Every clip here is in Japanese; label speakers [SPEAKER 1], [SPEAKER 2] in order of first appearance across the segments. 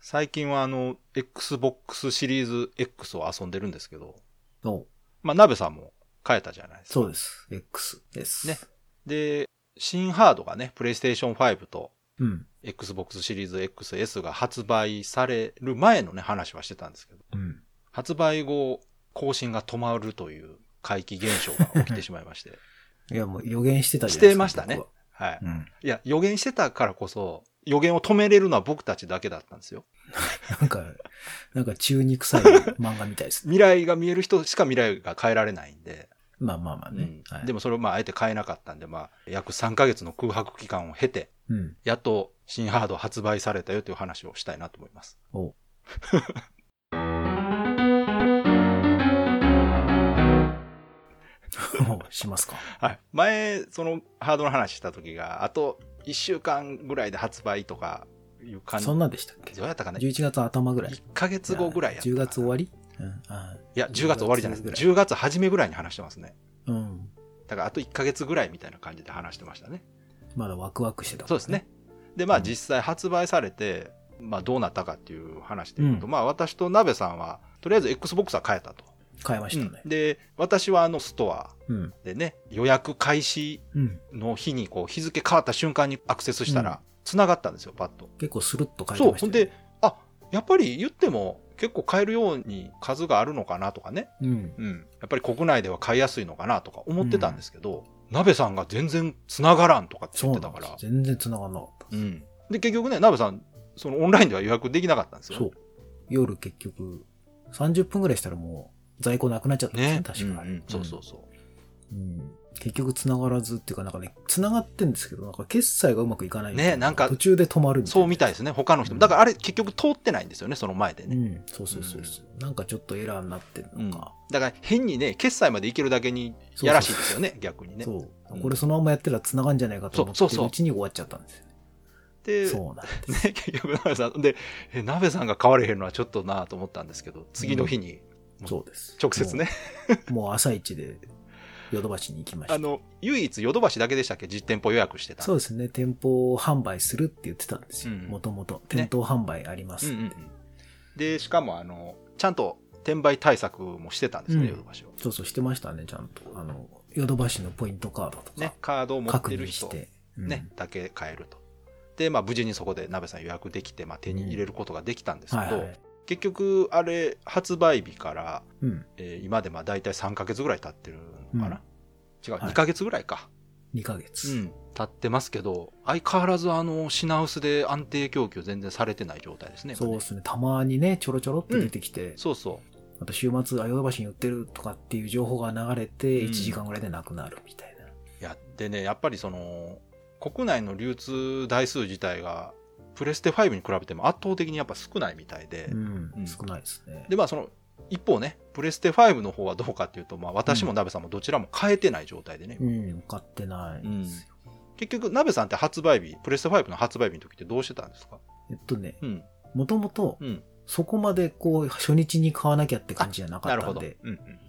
[SPEAKER 1] 最近はあの、Xbox シリーズ X を遊んでるんですけど、
[SPEAKER 2] の、
[SPEAKER 1] まあ、鍋さんも変えたじゃないですか。
[SPEAKER 2] そうです。X です。
[SPEAKER 1] ね。で、新ハードがね、PlayStation 5と
[SPEAKER 2] うん。
[SPEAKER 1] Xbox シリーズ XS が発売される前のね、話はしてたんですけど、
[SPEAKER 2] うん。
[SPEAKER 1] 発売後、更新が止まるという怪奇現象が起きてしまいまして、
[SPEAKER 2] いや、もう予言してたじゃないですか。
[SPEAKER 1] してましたね
[SPEAKER 2] 僕は
[SPEAKER 1] はい。
[SPEAKER 2] うん。
[SPEAKER 1] いや、予言してたからこそ、予言を止めれるのは僕たちだけだったんですよ。
[SPEAKER 2] なんか、なんか中肉臭い漫画みたいですね。
[SPEAKER 1] 未来が見える人しか未来が変えられないんで、
[SPEAKER 2] まあまあまあね。
[SPEAKER 1] うん
[SPEAKER 2] はい、
[SPEAKER 1] で
[SPEAKER 2] も、
[SPEAKER 1] もそれをまああえて変えなかったんで、まあ約3ヶ月の空白期間を経て、
[SPEAKER 2] うん。
[SPEAKER 1] やっと新ハード発売されたよという話をしたいなと思います。
[SPEAKER 2] おおしますか。
[SPEAKER 1] はい。前、そのハードの話した時が、あと1週間ぐらいで発売とかいう感じ。
[SPEAKER 2] そんなんでしたっけ
[SPEAKER 1] どうやったかね
[SPEAKER 2] ?11 月頭ぐらい。
[SPEAKER 1] ?1 ヶ月後ぐらいやったか
[SPEAKER 2] ?10
[SPEAKER 1] な
[SPEAKER 2] 月終わりうん。あ
[SPEAKER 1] いや、10月終わりじゃないです。
[SPEAKER 2] 10
[SPEAKER 1] 10月初めぐらいに話してますね。
[SPEAKER 2] ーうん。
[SPEAKER 1] だからあと1ヶ月ぐらいみたいな感じで話してましたね。
[SPEAKER 2] まだワクワクしてた、
[SPEAKER 1] そうです。ね。で、まあ
[SPEAKER 2] うん
[SPEAKER 1] 実際発売されて、まあどうなったかっていう話で言うと、
[SPEAKER 2] うん
[SPEAKER 1] まあ私と鍋さんは、とりあえず XBOX は変えたと。
[SPEAKER 2] 変えましたね
[SPEAKER 1] うん。で、私はあのストア
[SPEAKER 2] うん。
[SPEAKER 1] でね、予約開始
[SPEAKER 2] うん。
[SPEAKER 1] の日にこう日付変わった瞬間にアクセスした
[SPEAKER 2] うん
[SPEAKER 1] ら、繋がったんですよ、パッと。
[SPEAKER 2] 結構スルッと変え
[SPEAKER 1] そう、
[SPEAKER 2] てました
[SPEAKER 1] ほん
[SPEAKER 2] よ
[SPEAKER 1] で、あ、やっぱり言っても結構買えるように数があるのかなとかね、
[SPEAKER 2] うん。
[SPEAKER 1] うん、やっぱり国内では買いやすいのかなとか思ってたんですけど、鍋さんが全然繋がらんとかって
[SPEAKER 2] そ
[SPEAKER 1] 言っ
[SPEAKER 2] う
[SPEAKER 1] て
[SPEAKER 2] な
[SPEAKER 1] た
[SPEAKER 2] ん
[SPEAKER 1] か
[SPEAKER 2] です
[SPEAKER 1] ら。
[SPEAKER 2] 全然繋がんなかった。
[SPEAKER 1] うん。で、結局ね、鍋さん、そのオンラインでは予約できなかったんですよ。
[SPEAKER 2] そう。夜結局、30分ぐらいしたらもう在庫なくなっちゃったんです
[SPEAKER 1] ね
[SPEAKER 2] ね、。確か、
[SPEAKER 1] うんうんそうそうそう。
[SPEAKER 2] うん結局繋がらずっていうか、なんかね、繋がってんですけど、なんか決済がうまくいかない
[SPEAKER 1] ねなんか
[SPEAKER 2] 途中で止まるみたいな。
[SPEAKER 1] そうみたいですね、他の人も。
[SPEAKER 2] うん
[SPEAKER 1] だからあれ結局通ってないんですよね、その前で
[SPEAKER 2] う
[SPEAKER 1] ね。
[SPEAKER 2] ん、そうそうそうそう、なんかちょっとエラーになってる
[SPEAKER 1] うん
[SPEAKER 2] のか。
[SPEAKER 1] だから変にね、決済までいけるだけに
[SPEAKER 2] そうそう
[SPEAKER 1] やらしいですよね、逆にね。
[SPEAKER 2] そう、
[SPEAKER 1] うん
[SPEAKER 2] これそのままやってたら繋がんじゃないかと思って
[SPEAKER 1] そうそうそ
[SPEAKER 2] る
[SPEAKER 1] う
[SPEAKER 2] うちに終わっちゃったんですよね。
[SPEAKER 1] で、
[SPEAKER 2] そうなんです。
[SPEAKER 1] ね、 結局、鍋さん、で、え鍋さんが買われへんのはちょっとなと思ったんですけど、次の日に
[SPEAKER 2] そうです。
[SPEAKER 1] 直接ね、
[SPEAKER 2] もう。もう朝一でヨドバシに行きました。
[SPEAKER 1] あの、唯一ヨドバシだけでしたっけ実店舗予約してた。
[SPEAKER 2] そうですね。店舗販売するって言ってたんですよ。
[SPEAKER 1] うん
[SPEAKER 2] もともと。店頭販売ありますって。
[SPEAKER 1] うんうんうんで、しかも、あの、ちゃんと転売対策もしてたんですね、
[SPEAKER 2] うん
[SPEAKER 1] ヨドバシは。
[SPEAKER 2] そうそう、してましたね、ちゃんと。あの、ヨドバシのポイントカードとか。
[SPEAKER 1] ね、カードを持っ
[SPEAKER 2] 確
[SPEAKER 1] てる
[SPEAKER 2] 認
[SPEAKER 1] 人
[SPEAKER 2] し、て。
[SPEAKER 1] ね、だけ買えると。で、まあ、無事にそこで鍋さん予約できて、まあ、手に入れることができたんです
[SPEAKER 2] うん。
[SPEAKER 1] け
[SPEAKER 2] はい
[SPEAKER 1] ど、
[SPEAKER 2] はい。
[SPEAKER 1] 結局、あれ、発売日から、
[SPEAKER 2] うん。
[SPEAKER 1] えー今でまあ、大体3ヶ月ぐらい経ってるのかな、違う、
[SPEAKER 2] はい
[SPEAKER 1] 2ヶ月ぐらいか。
[SPEAKER 2] 2ヶ月。
[SPEAKER 1] うん。経ってますけど、相変わらず、あの、品薄で安定供給全然されてない状態ですね。今
[SPEAKER 2] そう
[SPEAKER 1] ね
[SPEAKER 2] ですね。たまにね、ちょろちょろって出てきて、
[SPEAKER 1] そうそ
[SPEAKER 2] あと週末、あヨドバシに売ってるとかっていう情報が流れて、
[SPEAKER 1] うん
[SPEAKER 2] 1時間ぐらいでなくなるみたいな。
[SPEAKER 1] う。いや、でね、やっぱりその、国内の流通台数自体が、プレステ5に比べても圧倒的にやっぱ少ないみたいで、
[SPEAKER 2] うん。
[SPEAKER 1] うん
[SPEAKER 2] 少ないですね。
[SPEAKER 1] でまあその一方ねプレステ5の方はどうかっていうと、まあ、私も鍋さんもどちらも変えてない状態でね、
[SPEAKER 2] うん。買ってないんですよ。
[SPEAKER 1] 結局鍋さんって発売日プレステ5の発売日の時ってどうしてたんですか
[SPEAKER 2] えっとね、
[SPEAKER 1] うん
[SPEAKER 2] もともと、
[SPEAKER 1] うん
[SPEAKER 2] そこまでこう、初日に買わなきゃって感じじゃなか
[SPEAKER 1] なる
[SPEAKER 2] った
[SPEAKER 1] ほ
[SPEAKER 2] ん
[SPEAKER 1] ど、うん
[SPEAKER 2] で、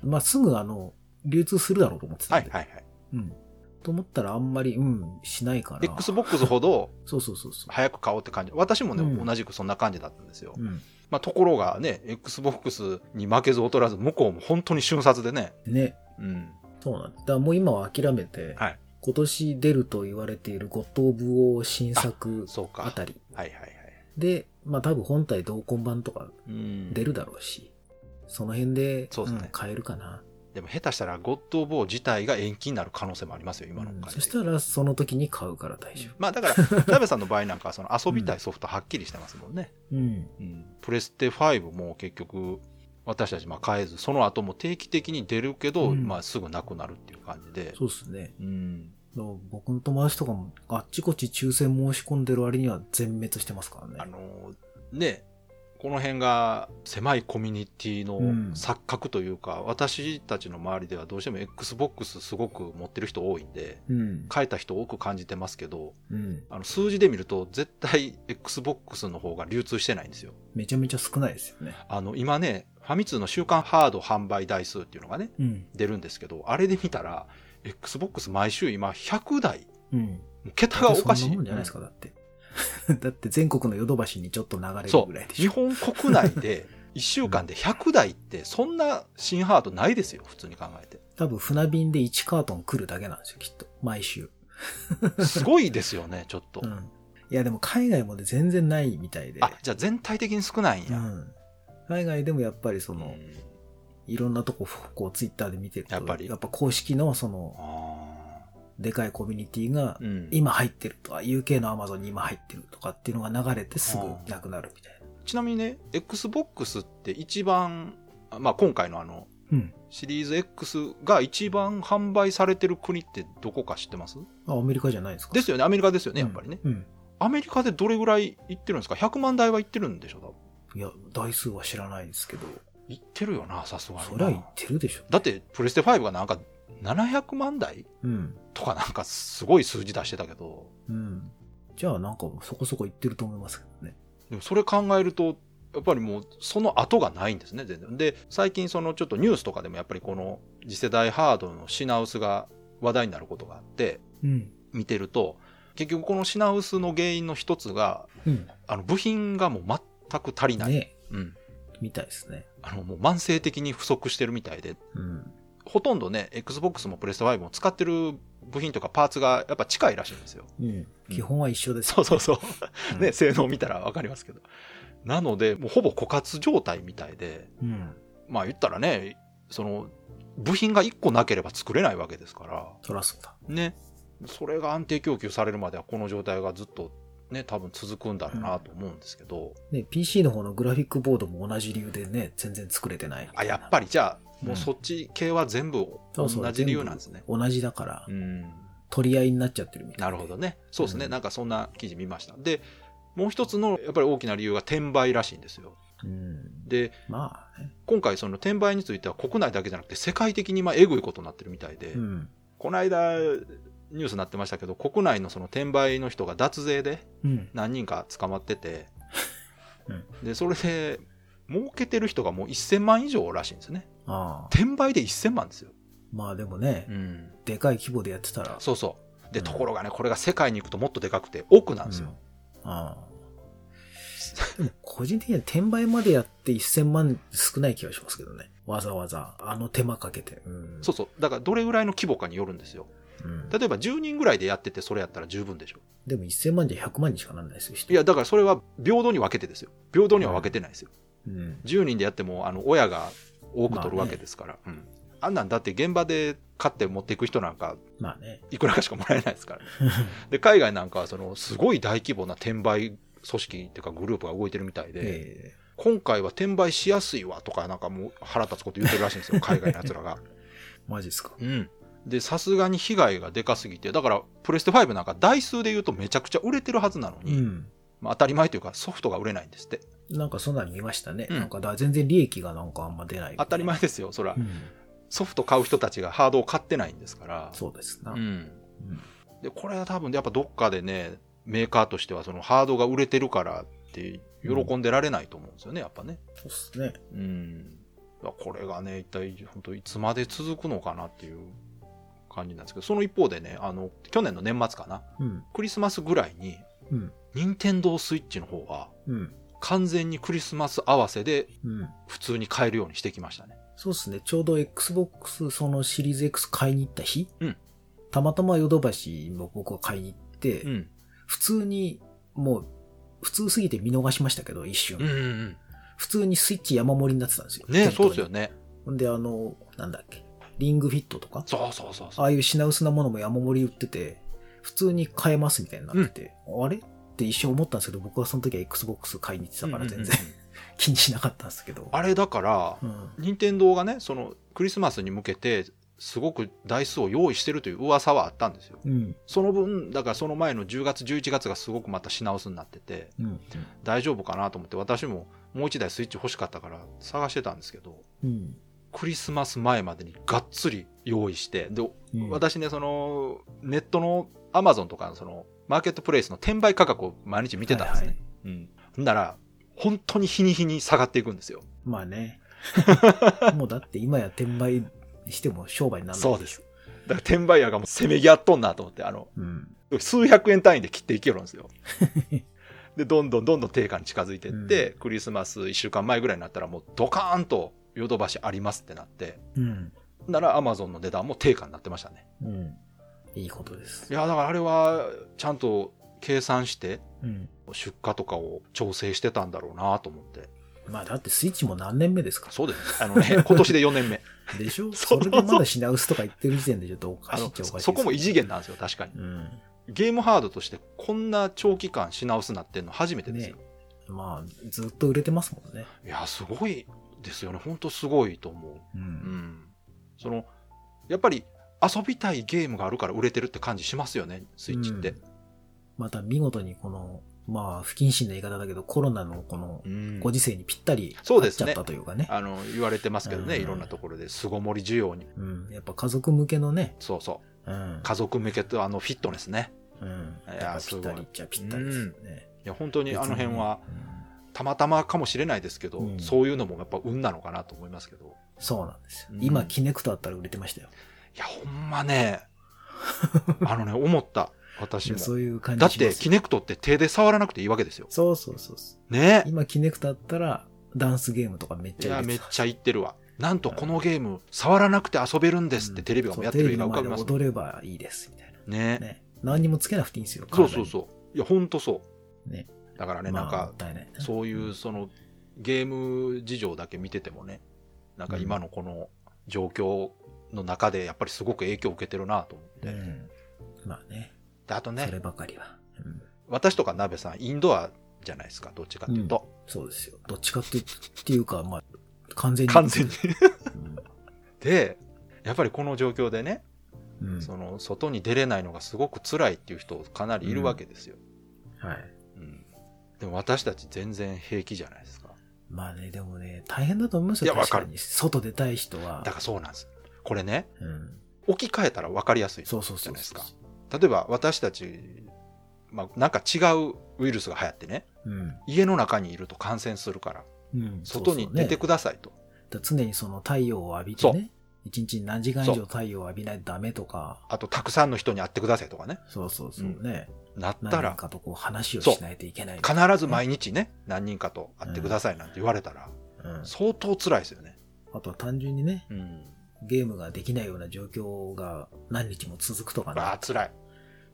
[SPEAKER 1] うん、
[SPEAKER 2] まあ、すぐあの、流通するだろうと思ってた
[SPEAKER 1] は
[SPEAKER 2] ん
[SPEAKER 1] い
[SPEAKER 2] で。
[SPEAKER 1] はいはい
[SPEAKER 2] うん。と思ったらあんまり、うん、しないから。
[SPEAKER 1] XBOX ほど
[SPEAKER 2] そうそうそうそ
[SPEAKER 1] 早く買おうって感じ私もね、
[SPEAKER 2] うん
[SPEAKER 1] 同じくそんな感じだったんですよ、
[SPEAKER 2] う。うん。
[SPEAKER 1] まあ、ところがね XBOX に負けず劣らず向こうも本当に瞬殺でね、
[SPEAKER 2] ね。
[SPEAKER 1] うん、
[SPEAKER 2] そうなんだ。だからもう今は諦めて、
[SPEAKER 1] はい
[SPEAKER 2] 今年出ると言われているゴッド・オブ・オー新作
[SPEAKER 1] そうか
[SPEAKER 2] あ
[SPEAKER 1] はい
[SPEAKER 2] たり
[SPEAKER 1] はいはい
[SPEAKER 2] で、まあ多分本体同梱版とか
[SPEAKER 1] うん
[SPEAKER 2] 出るだろうし、その辺で、
[SPEAKER 1] そうですね
[SPEAKER 2] ん買えるかな。
[SPEAKER 1] でも下手したらゴッド・オブ・オー自体が延期になる可能性もありますよ今の
[SPEAKER 2] うん
[SPEAKER 1] 感じ、
[SPEAKER 2] そしたらその時に買うから大丈
[SPEAKER 1] まあだ から、田部さんの場合なんかはその遊びたいソフトはっきりしてますもんね。
[SPEAKER 2] 夫。うん。
[SPEAKER 1] うんプレステ5も結局、私たちまあ買えず、その後も定期的に出るけど、
[SPEAKER 2] うん
[SPEAKER 1] まあすぐなくなるっていう感じで。
[SPEAKER 2] そうですね。
[SPEAKER 1] うん。
[SPEAKER 2] だから僕の友達とかもあっちこっち抽選申し込んでる割には全滅してますからね。
[SPEAKER 1] あのー、ね、この辺が狭いコミュニティの
[SPEAKER 2] うん
[SPEAKER 1] 錯覚というか、私たちの周りではどうしても XBOX すごく持ってる人多いんで、
[SPEAKER 2] うん。
[SPEAKER 1] 変えた人多く感じてますけど、
[SPEAKER 2] うん。
[SPEAKER 1] あの数字で見ると絶対 XBOX の方が流通してないんですよ。
[SPEAKER 2] めちゃめちゃ少ないですよね。
[SPEAKER 1] あの、今ね、ファミ通の週間ハード販売台数っていうのがね、
[SPEAKER 2] うん。
[SPEAKER 1] 出るんですけど、あれで見たら、Xbox 毎週今100台、
[SPEAKER 2] うん。
[SPEAKER 1] もう桁がおかし
[SPEAKER 2] そん
[SPEAKER 1] い。
[SPEAKER 2] なもんじゃないですか、だって。だって 全国のヨドバシにちょっと流れる
[SPEAKER 1] そ
[SPEAKER 2] ぐ
[SPEAKER 1] う
[SPEAKER 2] らいでし
[SPEAKER 1] 日
[SPEAKER 2] ょ。
[SPEAKER 1] 本国内で1週間で100台ってそんな新ハートないですよ普通に考えて
[SPEAKER 2] 多分船便で1カートン来るだけなんですよ、きっと。毎週。
[SPEAKER 1] すごいですよ ねちょっと、
[SPEAKER 2] うん。いや、でも海外もね、全然ないみたいで。
[SPEAKER 1] あじゃあ全体的に少ないん
[SPEAKER 2] う
[SPEAKER 1] や、
[SPEAKER 2] ん。海外でもやっぱりそ
[SPEAKER 1] うん
[SPEAKER 2] の、いろんなとこ、こう、ツイッターで見てると、
[SPEAKER 1] やっぱり
[SPEAKER 2] 公式のその、
[SPEAKER 1] あ
[SPEAKER 2] でかいコミュニティが
[SPEAKER 1] ー、うん
[SPEAKER 2] 今入ってるとか、UK の Amazon に今入ってるとかっていうのが流れてすぐなくなるみたいな。
[SPEAKER 1] ちなみにね XBOX って一番、あまあ、今回のあの
[SPEAKER 2] うん。
[SPEAKER 1] シリーズ X が一番販売されてる国ってどこか知ってます
[SPEAKER 2] あ、アメリカじゃないですか
[SPEAKER 1] ですよねアメリカですよね
[SPEAKER 2] う
[SPEAKER 1] や
[SPEAKER 2] ん
[SPEAKER 1] っぱりね、
[SPEAKER 2] うん。
[SPEAKER 1] アメリカでどれぐらい行ってるんですか100万台は行ってるんでしょ多分
[SPEAKER 2] いや、台数は知らないですけど、
[SPEAKER 1] 行ってるよなさすが
[SPEAKER 2] そ
[SPEAKER 1] に
[SPEAKER 2] りゃ
[SPEAKER 1] な
[SPEAKER 2] 言ってるでしょ。
[SPEAKER 1] だってプレステ5がなんか700万台
[SPEAKER 2] うん。
[SPEAKER 1] とかなんかすごい数字出してたけど
[SPEAKER 2] うん。じゃあなんかそこそこ言ってると思いますけどね。
[SPEAKER 1] でもそれ考えるとやっぱりもうその後がないんですね全然で最近そのちょっとニュースとかでもやっぱりこの次世代ハードの品薄が話題になることがあって
[SPEAKER 2] うん。
[SPEAKER 1] 見てると結局この品薄の原因の一つが
[SPEAKER 2] うん。
[SPEAKER 1] あの部品がもう全く足りない、
[SPEAKER 2] ね
[SPEAKER 1] うん、
[SPEAKER 2] みたいですね。
[SPEAKER 1] あのもう慢性的に不足してるみたいで
[SPEAKER 2] うん。
[SPEAKER 1] ほとんどね XBOX もプレステ5も使ってる部品とかパーツがやっぱ近いらしいんですよ
[SPEAKER 2] うん。基本は一緒です、
[SPEAKER 1] そうそうそう
[SPEAKER 2] う
[SPEAKER 1] ね、。性能見たら分かりますけど。なので、もうほぼ枯渇状態みたいで、
[SPEAKER 2] うん。
[SPEAKER 1] まあ言ったらね、その、部品が1個なければ作れないわけですから、
[SPEAKER 2] トラスだ。
[SPEAKER 1] ね、それが安定供給されるまではこの状態がずっとね、多分続くんだろうなと思うんですけど、
[SPEAKER 2] ね、PC の方のグラフィックボードも同じ理由でね、全然作れてないみた
[SPEAKER 1] あ、
[SPEAKER 2] いな
[SPEAKER 1] やっぱりじゃあ、もううんそっち系は全部
[SPEAKER 2] そ
[SPEAKER 1] 同
[SPEAKER 2] うそう
[SPEAKER 1] じ理由なんですね。
[SPEAKER 2] 同じだから
[SPEAKER 1] う、ん。
[SPEAKER 2] 取り合いになっちゃってるみたいな。
[SPEAKER 1] なるほどね。そうですね、
[SPEAKER 2] うん
[SPEAKER 1] なんかそんな記事見ました。で、もう一つのやっぱり大きな理由が転売らしいんですよ。
[SPEAKER 2] うん。
[SPEAKER 1] で、
[SPEAKER 2] まあね。
[SPEAKER 1] 今回その転売については国内だけじゃなくて世界的にまあえぐいことになってるみたいで、
[SPEAKER 2] うん。
[SPEAKER 1] この間ニュースになってましたけど国内のその転売の人が脱税で
[SPEAKER 2] うん。
[SPEAKER 1] 何人か捕まってて、
[SPEAKER 2] うん
[SPEAKER 1] でそれで儲けてる人がもう1000万以上らしいんですね
[SPEAKER 2] ああ。
[SPEAKER 1] 転売で1000万ですよ、
[SPEAKER 2] まあでもね、
[SPEAKER 1] うん、
[SPEAKER 2] でかい規模でやってたら。
[SPEAKER 1] そうそうで、
[SPEAKER 2] うん
[SPEAKER 1] ところがねこれが世界に行くともっとでかくて億なんですよ、
[SPEAKER 2] うんああ。でも個人的には転売までやって1000万少ない気がしますけどね。わざわざ、あの手間かけて。うん
[SPEAKER 1] そうそうだからどれぐらいの規模かによるんですよ
[SPEAKER 2] うん
[SPEAKER 1] 例えば10人ぐらいでやっててそれやったら十分でしょ
[SPEAKER 2] でも1000万じゃ100万にしかならないですよ、人
[SPEAKER 1] いやだからそれは平等に分けてですよ平等には分けてないですよ
[SPEAKER 2] うん。
[SPEAKER 1] 10人でやってもあの親が多く取るわけですから、うん、あんなんだって現場で買って持っていく人なんか
[SPEAKER 2] まあね。
[SPEAKER 1] いくらかしかもらえないですから、で海外なんかはそのすごい大規模な転売組織っていうかグループが動いてるみたい で、
[SPEAKER 2] え
[SPEAKER 1] 今回は転売しやすいわとかなんかもう腹立つこと言ってるらしいん ですよ海外のやつらが、
[SPEAKER 2] えマジっすか。
[SPEAKER 1] うん、でさすがに被害がでかすぎてだからプレステ5なんか台数で言うとめちゃくちゃ売れてるはずなの
[SPEAKER 2] う
[SPEAKER 1] に、
[SPEAKER 2] ん。
[SPEAKER 1] まあ、当たり前というかソフトが売れないんですって
[SPEAKER 2] なんかそんなの見ましたね。
[SPEAKER 1] うん
[SPEAKER 2] なんかだ全然利益がなんかあんま出ない。
[SPEAKER 1] 当たり前ですよそら、
[SPEAKER 2] うん。
[SPEAKER 1] ソフト買う人たちがハードを買ってないんですから
[SPEAKER 2] そうですな。
[SPEAKER 1] うん、
[SPEAKER 2] うん
[SPEAKER 1] でこれは多分やっぱどっかでねメーカーとしてはそのハードが売れてるからって喜んでられないと思うんですよね、やっぱね
[SPEAKER 2] そうっすね。
[SPEAKER 1] うんだからこれがね一体本当いつまで続くのかなっていう感じなんですけどその一方でねあの去年の年末かな
[SPEAKER 2] うん。
[SPEAKER 1] クリスマスぐらいに
[SPEAKER 2] うん。
[SPEAKER 1] 任天堂スイッチの方は
[SPEAKER 2] うん。
[SPEAKER 1] 完全にクリスマス合わせで
[SPEAKER 2] うん。
[SPEAKER 1] 普通に買えるようにしてきましたね
[SPEAKER 2] そうですね。ちょうど Xbox、そのシリーズ X 買いに行った日、
[SPEAKER 1] うん
[SPEAKER 2] たまたまヨドバシの僕は買いに行って、
[SPEAKER 1] うん
[SPEAKER 2] 普通に、もう、普通すぎて見逃しましたけど、一瞬。
[SPEAKER 1] うんうん
[SPEAKER 2] 普通にスイッチ山盛りになってたんですよ。
[SPEAKER 1] うんね
[SPEAKER 2] 店頭
[SPEAKER 1] そう
[SPEAKER 2] に
[SPEAKER 1] ですよ。ね
[SPEAKER 2] ほんで、あの、なんだっけ、リングフィットとか、
[SPEAKER 1] そうそうそうそう
[SPEAKER 2] ああいう品薄なものも山盛り売ってて、普通に買えますみたいになってて、あれって一瞬思ったんですけど、僕はその時は Xbox 買いに行ってたから全然
[SPEAKER 1] うんうんうん
[SPEAKER 2] 気にしなかったんですけど。
[SPEAKER 1] あれだから
[SPEAKER 2] うん。
[SPEAKER 1] 任天堂がねそのクリスマスに向けてすごく台数を用意してるという噂はあったんですよ
[SPEAKER 2] うん。
[SPEAKER 1] その分だからその前の10月11月がすごくまた品薄になってて
[SPEAKER 2] うん。
[SPEAKER 1] 大丈夫かなと思って私ももう1台スイッチ欲しかったから探してたんですけど
[SPEAKER 2] うん。
[SPEAKER 1] クリスマス前までにがっつり用意してで、
[SPEAKER 2] うん、
[SPEAKER 1] 私ねそのネットのアマゾンとかのそのマーケットプレイスの転売価格を毎日見てたんですね、
[SPEAKER 2] はい
[SPEAKER 1] うんほんなら本当に日に日に下がっていくんですよ
[SPEAKER 2] ま あね。もうだって今や転売しても商売にならない。
[SPEAKER 1] そうです。だから転売屋がもうせめぎ合っとんなと思って、あの、
[SPEAKER 2] うん。
[SPEAKER 1] 数百円単位で切っていけるんです よ。で、どんどんどんどん定価に近づいていって、クリスマス1週間前ぐらいになったらもうドカーンとヨドバシありますってなって、
[SPEAKER 2] うん。
[SPEAKER 1] ならアマゾンの値段も定価になってましたね。
[SPEAKER 2] うん。いいことです
[SPEAKER 1] い。や、だからあれはちゃんと計算して
[SPEAKER 2] うん。
[SPEAKER 1] 出荷とかを調整してたんだろうなと思って。
[SPEAKER 2] まあだってスイッチも何年目ですか
[SPEAKER 1] そうです。あの ね、今年で4年目。
[SPEAKER 2] でし ょ
[SPEAKER 1] そ
[SPEAKER 2] そう
[SPEAKER 1] そう
[SPEAKER 2] れでまだ品薄とか言ってる時点でちょっとおか
[SPEAKER 1] あ
[SPEAKER 2] しいっ
[SPEAKER 1] の
[SPEAKER 2] ちゃおかしいです
[SPEAKER 1] そこも異次元なんですよ、確かに。
[SPEAKER 2] うん。
[SPEAKER 1] ゲームハードとしてこんな長期間品薄なってんの初めてですよ。
[SPEAKER 2] まあずっと売れてますもんね。
[SPEAKER 1] いや、すごいですよね。ほんとすごいと思
[SPEAKER 2] う。
[SPEAKER 1] う。うんん。その、やっぱり遊びたいゲームがあるから売れてるって感じしますよね、スイッチって。
[SPEAKER 2] また見事にこの、まあ不謹慎な言い方だけどコロナのこの
[SPEAKER 1] うん
[SPEAKER 2] ご時世にぴったり
[SPEAKER 1] そう
[SPEAKER 2] 合
[SPEAKER 1] で
[SPEAKER 2] っち
[SPEAKER 1] す
[SPEAKER 2] ゃ
[SPEAKER 1] ね
[SPEAKER 2] ったというかね。
[SPEAKER 1] あの、言われてますけどね、
[SPEAKER 2] うん
[SPEAKER 1] いろんなところで巣ごもり需要に。
[SPEAKER 2] うん。やっぱ家族向けのね、
[SPEAKER 1] そうそう。
[SPEAKER 2] うん。
[SPEAKER 1] 家族向けとあのフィットネスね。
[SPEAKER 2] うん。
[SPEAKER 1] いや
[SPEAKER 2] やっぱ
[SPEAKER 1] す
[SPEAKER 2] ぴ
[SPEAKER 1] ご
[SPEAKER 2] っ
[SPEAKER 1] い
[SPEAKER 2] たりっちゃぴったりですよね。
[SPEAKER 1] いや、本当にあの辺は
[SPEAKER 2] 別にね。うん
[SPEAKER 1] たまたまかもしれないですけど、
[SPEAKER 2] うん
[SPEAKER 1] そういうのもやっぱ運なのかなと思いますけど。
[SPEAKER 2] そうなんですよ
[SPEAKER 1] う。ん
[SPEAKER 2] 今、キネクトあったら売れてましたよ。
[SPEAKER 1] いや、ほんま ね、あのね、思った、私も。
[SPEAKER 2] そういう感
[SPEAKER 1] だ
[SPEAKER 2] じ
[SPEAKER 1] っ
[SPEAKER 2] しま
[SPEAKER 1] て、
[SPEAKER 2] す
[SPEAKER 1] キ
[SPEAKER 2] よ。
[SPEAKER 1] ネクトって手で触らなくていいわけですよ。
[SPEAKER 2] そうそうそうそう。
[SPEAKER 1] ね
[SPEAKER 2] 今、キネクトあったら、ダンスゲームとかめっ
[SPEAKER 1] い
[SPEAKER 2] ちゃ
[SPEAKER 1] や、
[SPEAKER 2] 入れ
[SPEAKER 1] め
[SPEAKER 2] て
[SPEAKER 1] ったちゃ言ってるわ。なんとこのゲーム、触らなくて遊べるんですってテレビが
[SPEAKER 2] そう
[SPEAKER 1] やってる映画
[SPEAKER 2] テ
[SPEAKER 1] 浮か
[SPEAKER 2] レ
[SPEAKER 1] び
[SPEAKER 2] ビの
[SPEAKER 1] ます
[SPEAKER 2] 前で踊ればいいです、みたい
[SPEAKER 1] ね
[SPEAKER 2] な。ね。何にもつけなくていいんですよ。
[SPEAKER 1] そうそうそう。いや、ほんとそ
[SPEAKER 2] 体に。ね。
[SPEAKER 1] う。だからね、
[SPEAKER 2] まあ
[SPEAKER 1] なん
[SPEAKER 2] も
[SPEAKER 1] か
[SPEAKER 2] っ、たいないね。
[SPEAKER 1] そういう、その、ゲーム事情だけ見ててもね、なんか今のこの状況の中で、やっぱりすごく影響を受けてるなと思って。
[SPEAKER 2] うん。まあね。
[SPEAKER 1] であと
[SPEAKER 2] そ
[SPEAKER 1] ね
[SPEAKER 2] れ、ばかりは。うん
[SPEAKER 1] 私とか鍋さん、インドアじゃないですか、どっちかっていうと。
[SPEAKER 2] そうですよ。どっちかってっていうか、まあ、完全に。
[SPEAKER 1] 完全に。
[SPEAKER 2] うん。
[SPEAKER 1] で、やっぱりこの状況でね、
[SPEAKER 2] うん。
[SPEAKER 1] その外に出れないのがすごく辛いっていう人かなりいるわけですよ。
[SPEAKER 2] はい。
[SPEAKER 1] うんでも私たち全然平気じゃないですか。
[SPEAKER 2] まあね、でもね、大変だと思いますよ。
[SPEAKER 1] いやわかる
[SPEAKER 2] 確に外出たい人は
[SPEAKER 1] だ。からそうなんです。これね、
[SPEAKER 2] うん。
[SPEAKER 1] 置き換えたら分かりやすい。
[SPEAKER 2] そうそうそ
[SPEAKER 1] じゃ
[SPEAKER 2] うそう。
[SPEAKER 1] ないですか例えば私たち、まあ、なんか違うウイルスが流行ってね、
[SPEAKER 2] うん。
[SPEAKER 1] 家の中にいると感染するから、
[SPEAKER 2] うん。
[SPEAKER 1] 外に出て
[SPEAKER 2] く
[SPEAKER 1] くださいと。
[SPEAKER 2] 常にその太陽を浴びてね。一日に何時間以
[SPEAKER 1] そ
[SPEAKER 2] 上太陽を浴びないとダメとか。
[SPEAKER 1] あと、たくさんの人に会ってくださいとかね、
[SPEAKER 2] そうそうそう
[SPEAKER 1] うん
[SPEAKER 2] ね。
[SPEAKER 1] なった
[SPEAKER 2] 何
[SPEAKER 1] ら
[SPEAKER 2] 人、かとこう話を
[SPEAKER 1] そう
[SPEAKER 2] しないといけない。
[SPEAKER 1] 必ず毎日ね、何人かと会ってくださいなんて言われたら、
[SPEAKER 2] うん。
[SPEAKER 1] 相当辛いですよね。
[SPEAKER 2] あとは単純にね、
[SPEAKER 1] うん。
[SPEAKER 2] ゲームができないような状況が何日も続くとかね。
[SPEAKER 1] ああ、辛い。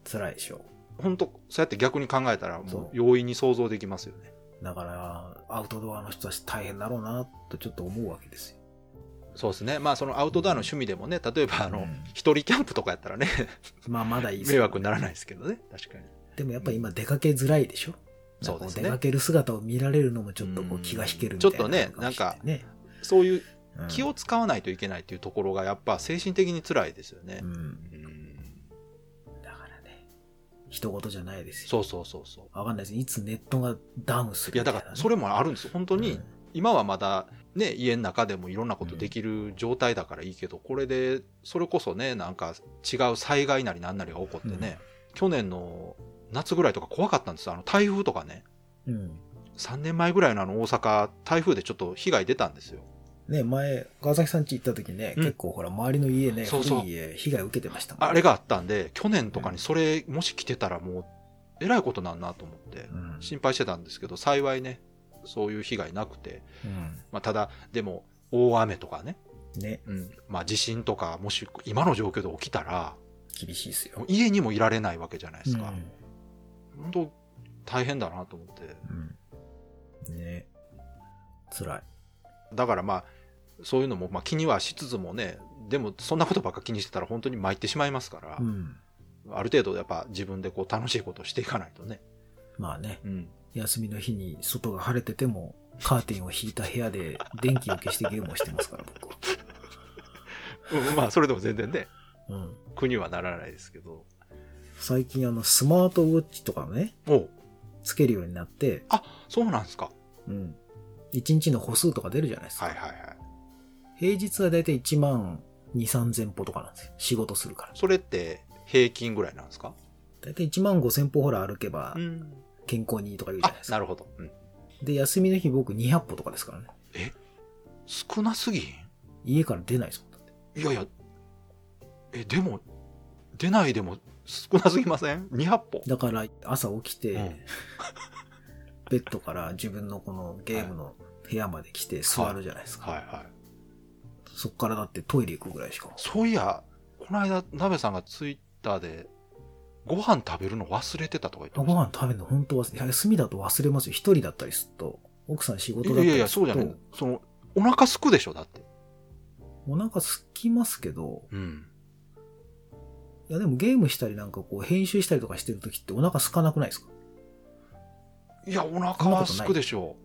[SPEAKER 2] 辛いでしょ。
[SPEAKER 1] 本当そうやって逆に考えたら、も
[SPEAKER 2] そう
[SPEAKER 1] う容易に想像できますよね。
[SPEAKER 2] だから、アウトドアの人たち大変だろうな、とちょっと思うわけですよ。
[SPEAKER 1] そうですね。まあ、そのアウトドアの趣味でもね、例えば、あ
[SPEAKER 2] う
[SPEAKER 1] の
[SPEAKER 2] ん、
[SPEAKER 1] 一人キャンプとかやったらね、
[SPEAKER 2] まあまだいいです
[SPEAKER 1] 迷惑にならないですけどね、確かに。
[SPEAKER 2] でもやっぱ今出かけづらいでしょ
[SPEAKER 1] そうですね
[SPEAKER 2] なんかこ出かける姿を見られるのもちょっとこう気が引けるみたいな
[SPEAKER 1] うんちょっとね
[SPEAKER 2] 感じがしてね、
[SPEAKER 1] そういう
[SPEAKER 2] うん
[SPEAKER 1] 気を使わないといけないっていうところが、やっぱ精神的に辛いですよね
[SPEAKER 2] う。ん。
[SPEAKER 1] うん
[SPEAKER 2] だからね、人事じゃないですよ。
[SPEAKER 1] そうそうそうそう。
[SPEAKER 2] わかんないです。いつネットがダウンす
[SPEAKER 1] い
[SPEAKER 2] る
[SPEAKER 1] や、
[SPEAKER 2] みた
[SPEAKER 1] だ
[SPEAKER 2] いな、
[SPEAKER 1] から、それもあるんですよ。本当に、今はまだ、ね、家の中でもいろんなことできる状態だからいいけど、これで、それこそね、なんか違う災害なりなんなりが起こってね、去年の夏ぐらいとか怖かったんですよ。あの台風とかね、
[SPEAKER 2] うん。うん
[SPEAKER 1] 3年前ぐらいのあの大阪、台風でちょっと被害出たんですよ。
[SPEAKER 2] ね、前、川崎さん家行った時ね、
[SPEAKER 1] うん
[SPEAKER 2] 結構ほら、周りの家ね、
[SPEAKER 1] そうそう
[SPEAKER 2] 古い家、被害受けてましたもん、ね。
[SPEAKER 1] あれがあったんで、去年とかにそれ、もし来てたらもう、えらいことなんなと思って
[SPEAKER 2] う、ん。
[SPEAKER 1] 心配してたんですけど、幸いね、そういう被害なくて、
[SPEAKER 2] うん。
[SPEAKER 1] まあ、ただ、でも、大雨とかね、
[SPEAKER 2] ね、
[SPEAKER 1] うんまあ、地震とか、もし今の状況で起きたら、
[SPEAKER 2] 厳しいですよ。
[SPEAKER 1] 家にもいられないわけじゃないですか。
[SPEAKER 2] うん
[SPEAKER 1] 本当、大変だなと思って。
[SPEAKER 2] うん。ね辛い。
[SPEAKER 1] だからまあ、そういうのもまあ気にはしつつもね、でもそんなことばっか気にしてたら本当に参ってしまいますから、
[SPEAKER 2] うん。
[SPEAKER 1] ある程度やっぱ自分でこう楽しいことをしていかないとね。
[SPEAKER 2] まあね、
[SPEAKER 1] うん。
[SPEAKER 2] 休みの日に外が晴れてても、カーテンを引いた部屋で電気を消してゲームをしてますから、僕は。
[SPEAKER 1] うんまあ、それでも全然ね、
[SPEAKER 2] うん。
[SPEAKER 1] 苦にはならないですけど。
[SPEAKER 2] 最近あの、スマートウォッチとかをね、
[SPEAKER 1] お
[SPEAKER 2] つけるようになって、
[SPEAKER 1] あ、そうなんですか。
[SPEAKER 2] うん。1日の歩数とか出るじゃないですか。
[SPEAKER 1] はいはいはい。
[SPEAKER 2] 平日はだいたい1万2、3000歩とかなんですよ。仕事するから。
[SPEAKER 1] それって平均ぐらいなんですか
[SPEAKER 2] だいたい1万5000歩ほら歩けば
[SPEAKER 1] ん。
[SPEAKER 2] 健康にいいとか言うじ
[SPEAKER 1] あ
[SPEAKER 2] ゃないで、すか。
[SPEAKER 1] なるほど。うん。
[SPEAKER 2] で、休みの日僕200歩とかですからね。
[SPEAKER 1] 少なすぎん
[SPEAKER 2] 家から出ないですもん。だって
[SPEAKER 1] いやいや、え、でも、出ないでも少なすぎません ?200 本。
[SPEAKER 2] だから朝起きて、
[SPEAKER 1] うん
[SPEAKER 2] ベッドから自分のこのゲームの部屋まで来て座るじゃないですか。
[SPEAKER 1] はいはい。
[SPEAKER 2] そっからだってトイレ行くぐらいしか。
[SPEAKER 1] そういや、この間、鍋さんがツイッターで、ご飯食べるの忘れてたとか言って
[SPEAKER 2] ご
[SPEAKER 1] ました。
[SPEAKER 2] 飯食べるの本当忘れ、休みだと忘れますよ。一人だったりすると。奥さん仕事だった
[SPEAKER 1] い
[SPEAKER 2] り
[SPEAKER 1] やいや、
[SPEAKER 2] す
[SPEAKER 1] そうじ
[SPEAKER 2] る
[SPEAKER 1] ゃない
[SPEAKER 2] と。。
[SPEAKER 1] その、お腹すくでしょ、だって。
[SPEAKER 2] お腹すきますけど、
[SPEAKER 1] うん。
[SPEAKER 2] いやでもゲームしたりなんかこう編集したりとかしてる時ってお腹すかなくないですか
[SPEAKER 1] いや、お腹はすくでしょ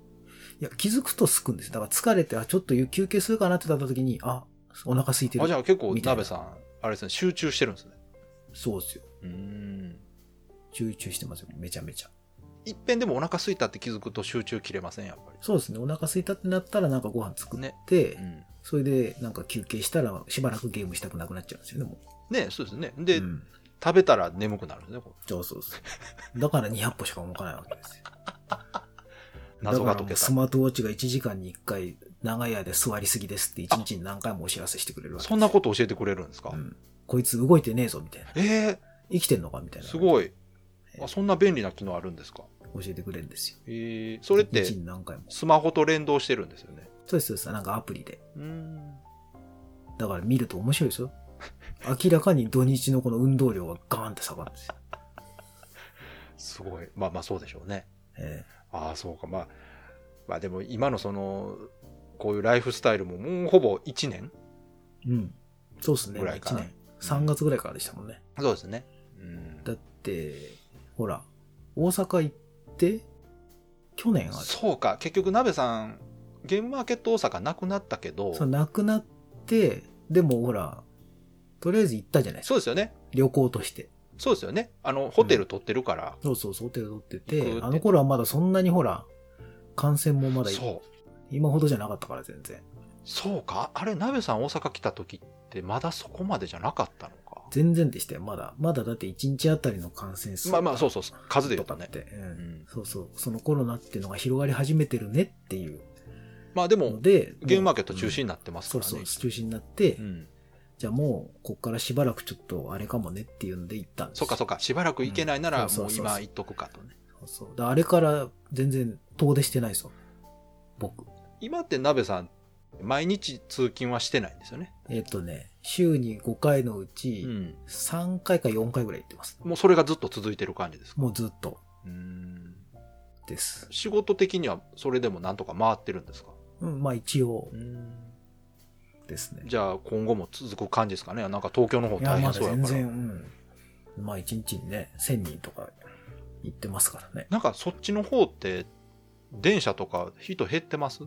[SPEAKER 2] いや、気づくとすくんです。だから疲れて、あ、ちょっと休憩するかなってなった時に、あ、お腹空いて
[SPEAKER 1] う。あ、じ
[SPEAKER 2] る。
[SPEAKER 1] ゃあ結構、
[SPEAKER 2] みたいな
[SPEAKER 1] 鍋さん、あれですね、集中してるんですね。
[SPEAKER 2] そうですよ。
[SPEAKER 1] うん。
[SPEAKER 2] 集中してますよ。めちゃめちゃ。
[SPEAKER 1] いっぺんでもお腹すいたって気づくと集中切れません、やっぱ
[SPEAKER 2] そうですね。お腹空いたってなったらなんかご飯作っ
[SPEAKER 1] り。
[SPEAKER 2] て、
[SPEAKER 1] うん。
[SPEAKER 2] それでなんか休憩したらしばらくゲームしたくなくなっちゃうんですよね、も
[SPEAKER 1] ね、そうですね。
[SPEAKER 2] う。
[SPEAKER 1] で、
[SPEAKER 2] うん、
[SPEAKER 1] 食べたら眠くなるんですね、こ
[SPEAKER 2] そうそうそう。だから200歩しか動かないわけです よ。
[SPEAKER 1] う謎が解け
[SPEAKER 2] だからもう
[SPEAKER 1] た
[SPEAKER 2] ス。マートウォッチが1時間に1回、長い間座りすぎですって1日に何回もお知らせしてくれるわけです
[SPEAKER 1] そんなこと教えてくれるんですか、
[SPEAKER 2] うん。こいつ動いてねえぞ、みたいな。
[SPEAKER 1] え
[SPEAKER 2] 生きてんのかみた
[SPEAKER 1] え
[SPEAKER 2] いな。
[SPEAKER 1] す
[SPEAKER 2] い。
[SPEAKER 1] ごい。あ、そんな便利な機能あるんですか
[SPEAKER 2] 教えてくれるんですよ。
[SPEAKER 1] ええそれって
[SPEAKER 2] 1日、に何回も。
[SPEAKER 1] スマホと連動してるんですよね。
[SPEAKER 2] そうです、そうです。なんかアプリで。
[SPEAKER 1] うん。
[SPEAKER 2] だから見ると面白いですよ。明らかに土日のこの運動量がガーンって下がるんですよ。
[SPEAKER 1] すごい。まあまあ、そうでしょうね。
[SPEAKER 2] え
[SPEAKER 1] ああ、そうか。まあ、まあでも今のその、こういうライフスタイルももうほぼ1年
[SPEAKER 2] えうん。そうですね。
[SPEAKER 1] ぐらいか
[SPEAKER 2] 1
[SPEAKER 1] な
[SPEAKER 2] 年。3月ぐらいからでしたもんね。
[SPEAKER 1] そうですね。うん
[SPEAKER 2] だって、ほら、大阪行って、去年あれ
[SPEAKER 1] そうか。結局、鍋さん、ゲームマーケット大阪なくなったけど、
[SPEAKER 2] そ、
[SPEAKER 1] そうう
[SPEAKER 2] 亡くなって、でもほら、とりあえず行ったじゃないですか。
[SPEAKER 1] ですよね。
[SPEAKER 2] 旅行として。
[SPEAKER 1] そうですよね。あの、ホテル取ってるから、
[SPEAKER 2] そうそうそう、ホテル取って
[SPEAKER 1] 行くって
[SPEAKER 2] て、あの頃はまだそんなにほら、感染もまだ
[SPEAKER 1] そう。
[SPEAKER 2] 今ほどじゃなかったから全然。
[SPEAKER 1] そうか。あれ、鍋さん大阪来た時って、まだそこまでじゃなかったのか。
[SPEAKER 2] 全然でしたよ、まだ。まだだって1日あたりの感染数
[SPEAKER 1] まあまあ、そうそうそう。数で言うと
[SPEAKER 2] とかっ
[SPEAKER 1] ね。
[SPEAKER 2] て、うん
[SPEAKER 1] うん
[SPEAKER 2] そうそう。そのコロナっていうのが広がり始めてるねっていう
[SPEAKER 1] まあでも
[SPEAKER 2] の、で、
[SPEAKER 1] ゲームマーケット中止
[SPEAKER 2] に
[SPEAKER 1] になってます
[SPEAKER 2] そ
[SPEAKER 1] か
[SPEAKER 2] う
[SPEAKER 1] らね。
[SPEAKER 2] そう、中止になって、
[SPEAKER 1] うん
[SPEAKER 2] じゃあもう、こっからしばらくちょっとあれかもねっていうんで行ったんです
[SPEAKER 1] そっかそっか、しばらく行けないな
[SPEAKER 2] う
[SPEAKER 1] ら、
[SPEAKER 2] んそ
[SPEAKER 1] もう
[SPEAKER 2] うそうそうそう
[SPEAKER 1] 今行っとくかとね。
[SPEAKER 2] そうそう。だからあれから全然遠出してないですよ。僕。
[SPEAKER 1] 今って鍋さん、毎日通勤はしてないんですよね。
[SPEAKER 2] えっ、とね、週に5回のう
[SPEAKER 1] う
[SPEAKER 2] ち、
[SPEAKER 1] ん。
[SPEAKER 2] 3回か4回ぐらい行ってます。
[SPEAKER 1] もうそれがずっと続いてる感じですか。
[SPEAKER 2] もうずっと
[SPEAKER 1] うん。
[SPEAKER 2] です。
[SPEAKER 1] 仕事的にはそれでもなんとか回ってるんですか。
[SPEAKER 2] うん、まあ一応
[SPEAKER 1] うん。
[SPEAKER 2] ですね。
[SPEAKER 1] じゃあ今後も続く感じですかね。なんか東京の方
[SPEAKER 2] いや、
[SPEAKER 1] 大変
[SPEAKER 2] まだ
[SPEAKER 1] そうや
[SPEAKER 2] 全
[SPEAKER 1] から。
[SPEAKER 2] 然、うん。まあ一日にね、1000人とか行ってますからね。
[SPEAKER 1] なんかそっちの方って、電車とか人減ってます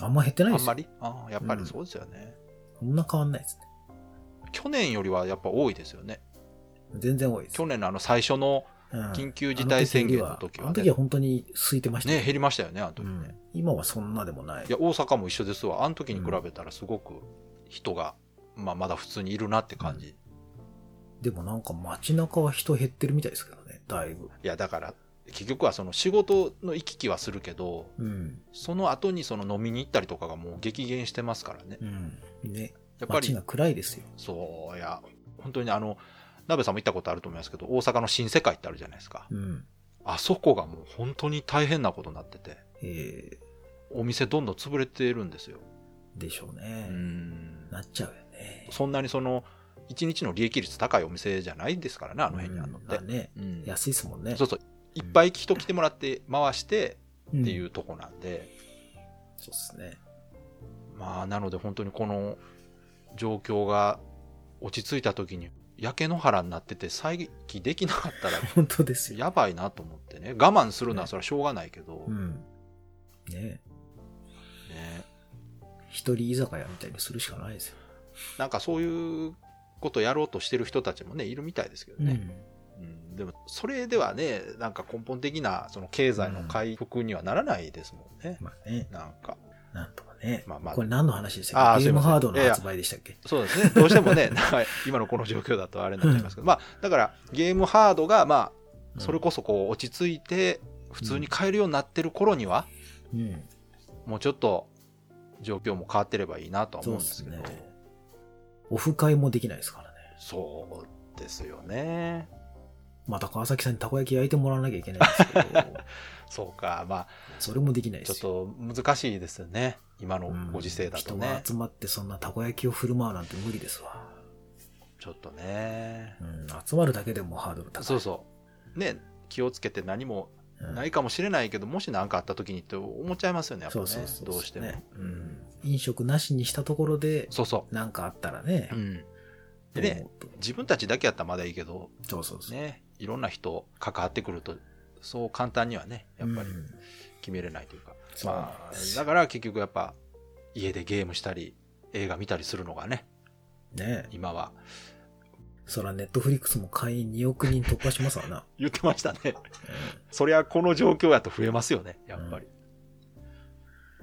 [SPEAKER 2] あんま減ってない
[SPEAKER 1] あ
[SPEAKER 2] で
[SPEAKER 1] ん
[SPEAKER 2] す
[SPEAKER 1] ま
[SPEAKER 2] よ。
[SPEAKER 1] りああ、やっぱりそうですよね。
[SPEAKER 2] そんな変わんないですね。
[SPEAKER 1] 去年よりはやっぱ多いですよね。
[SPEAKER 2] 全然多いです。
[SPEAKER 1] 去年のあの最初の
[SPEAKER 2] うん
[SPEAKER 1] 緊急事態宣言の時は
[SPEAKER 2] あの
[SPEAKER 1] ね
[SPEAKER 2] 時は本当に空いてました
[SPEAKER 1] ね、減りましたよね、あの時
[SPEAKER 2] う
[SPEAKER 1] ね。
[SPEAKER 2] ん今はそんなでもない。
[SPEAKER 1] いや、大阪も一緒ですわ。あの時に比べたらすごく人が、まあまだ普通にいるなって感じ。い
[SPEAKER 2] でもなんか街中は人減ってるみたいですけどね、だいぶ。
[SPEAKER 1] や、だから、結局はその仕事の行き来はするけど、
[SPEAKER 2] うん。
[SPEAKER 1] その後にその飲みに行ったりとかがもう激減してますからね。
[SPEAKER 2] うん。ね。
[SPEAKER 1] やっぱ
[SPEAKER 2] 街
[SPEAKER 1] り
[SPEAKER 2] が、暗いですよ。
[SPEAKER 1] そう、いや、本当にあの、鍋さんも行ったことあると思いますけど、大阪の新世界ってあるじゃないですか。
[SPEAKER 2] うん。
[SPEAKER 1] あそこがもう本当に大変なことになってて、
[SPEAKER 2] え
[SPEAKER 1] お店どんどん潰れてるんですよ。
[SPEAKER 2] ー、でしょう
[SPEAKER 1] う
[SPEAKER 2] ね。
[SPEAKER 1] ん。
[SPEAKER 2] なっちゃうよね。
[SPEAKER 1] そんなにその、一日の利益率高いお店じゃないですからね、あの辺にあるのっ
[SPEAKER 2] うん
[SPEAKER 1] て
[SPEAKER 2] だ。ね。
[SPEAKER 1] うん
[SPEAKER 2] 安いですもんね。
[SPEAKER 1] そうそう。いっぱい人来てもらって回して
[SPEAKER 2] うん
[SPEAKER 1] っていうとこなんで、
[SPEAKER 2] そうですね。
[SPEAKER 1] まあ、なので本当にこの状況が落ち着いた時に、焼け野原になってて再起できなか ったら
[SPEAKER 2] 本当ですよ。
[SPEAKER 1] やばいなと思ってね。我慢するのはそれはしょうがないけど、
[SPEAKER 2] うん。ね
[SPEAKER 1] ね、
[SPEAKER 2] 一人居酒屋みたいにするしかないですよ。
[SPEAKER 1] なんかそういうことやろうとしてる人たちもね、いるみたいですけどね。うんでも、それではね、なんか根本的なその経済の回復にはならないですもんね。
[SPEAKER 2] まあね、
[SPEAKER 1] なんか。
[SPEAKER 2] なんとかね。
[SPEAKER 1] まあまあ
[SPEAKER 2] これ何の話でし
[SPEAKER 1] あ
[SPEAKER 2] たっ
[SPEAKER 1] あす
[SPEAKER 2] けゲ
[SPEAKER 1] い
[SPEAKER 2] ーム
[SPEAKER 1] ません
[SPEAKER 2] ハードの発売でしたっけ
[SPEAKER 1] そうですね。どうしてもね、 なんか今のこの状況だとあれになっちゃいますけど、まあ、だからゲームハードが、まあ、それこそこう落ち着いて、普通に買えるようになってる頃には、
[SPEAKER 2] うん。
[SPEAKER 1] もうちょっと状況も変わってればいいなとは
[SPEAKER 2] そ
[SPEAKER 1] 思うん
[SPEAKER 2] うで
[SPEAKER 1] です
[SPEAKER 2] す
[SPEAKER 1] け
[SPEAKER 2] ね
[SPEAKER 1] ど、。
[SPEAKER 2] オフ会もできないですからね。
[SPEAKER 1] そう,、ですよね。
[SPEAKER 2] また川崎さんにたこ焼き焼いてもらわなきゃいけないんですけど、
[SPEAKER 1] そうか、まあ、
[SPEAKER 2] それもできないで
[SPEAKER 1] ちょっ
[SPEAKER 2] すよ。
[SPEAKER 1] と難しいですよね。今の
[SPEAKER 2] うん
[SPEAKER 1] ご時世だと
[SPEAKER 2] 人
[SPEAKER 1] ね
[SPEAKER 2] が。集まってそんなたこ焼きを振る舞うなんて無理ですわ。
[SPEAKER 1] ちょっとね。
[SPEAKER 2] うん、集まるだけでもハードル高い。
[SPEAKER 1] そうそう。ね、気をつけて何も
[SPEAKER 2] うん
[SPEAKER 1] ないかもしれないけど、もし何かあった時にって思っちゃいますよね、やっぱ
[SPEAKER 2] そう
[SPEAKER 1] ね
[SPEAKER 2] そうそう。
[SPEAKER 1] どうしても。
[SPEAKER 2] ねうん飲食なしにしたところで、
[SPEAKER 1] そうそ
[SPEAKER 2] なんかあったらね
[SPEAKER 1] う。う。ん。でね、
[SPEAKER 2] どう思うと
[SPEAKER 1] 自分たちだけやったらまだいいけど、
[SPEAKER 2] そうそうそう。
[SPEAKER 1] ね、いろんな人関わってくると、そう簡単にはね、やっぱり
[SPEAKER 2] うん
[SPEAKER 1] 決めれないというか。
[SPEAKER 2] そう
[SPEAKER 1] ま
[SPEAKER 2] なんで
[SPEAKER 1] あ、
[SPEAKER 2] す
[SPEAKER 1] だ
[SPEAKER 2] よ
[SPEAKER 1] から結局やっぱ、家でゲームしたり、映画見たりするのがね、
[SPEAKER 2] ね
[SPEAKER 1] 今は。
[SPEAKER 2] そらネットフリックスも会員2億人突破しますわな。
[SPEAKER 1] 言ってましたね。
[SPEAKER 2] うん
[SPEAKER 1] そりゃこの状況やと増えますよね、やっぱり。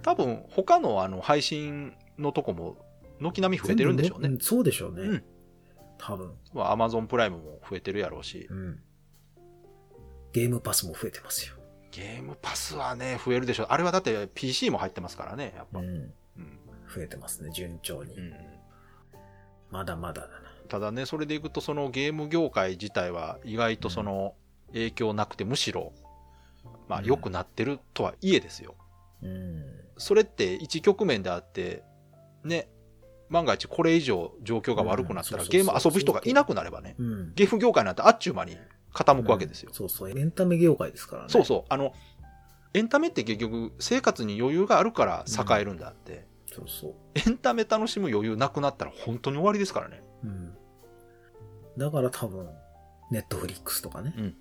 [SPEAKER 1] 多分、他のあの配信のとこも、軒並み増えてるんでしょう
[SPEAKER 2] 全
[SPEAKER 1] ね
[SPEAKER 2] 部。そうでしょうね。
[SPEAKER 1] うん。
[SPEAKER 2] 多分。
[SPEAKER 1] まあ、アマゾンプライムも増えてるやろうし、
[SPEAKER 2] うん。ゲームパスも増えてますよ。
[SPEAKER 1] ゲームパスはね、増えるでしょう。あれはだって PC も入ってますからね、やっぱ。
[SPEAKER 2] ん。
[SPEAKER 1] うん。
[SPEAKER 2] 増えてますね、順調に。
[SPEAKER 1] うん
[SPEAKER 2] まだまだだな。
[SPEAKER 1] ただね、それでいくと、そのゲーム業界自体は意外とその影響なくて、むしろ、まあ、
[SPEAKER 2] うん
[SPEAKER 1] 良くなってるとはいえですよ。
[SPEAKER 2] うん。
[SPEAKER 1] それって一局面であって、ね、万が一これ以上状況が悪くなったら、
[SPEAKER 2] うんそうそうそう
[SPEAKER 1] ゲーム遊ぶ人がいなくなればね、
[SPEAKER 2] うん。
[SPEAKER 1] ゲーム業界なんてあっちゅう間に傾くわけですよ
[SPEAKER 2] うん。そうそう。エンタメ業界ですからね。
[SPEAKER 1] そうそう、あの、エンタメって結局、生活に余裕があるから栄えるんであって、
[SPEAKER 2] う。そうそう。
[SPEAKER 1] エンタメ楽しむ余裕なくなったら本当に終わりですからね。
[SPEAKER 2] うん。だから多分、ネットフリックスとかね。
[SPEAKER 1] うん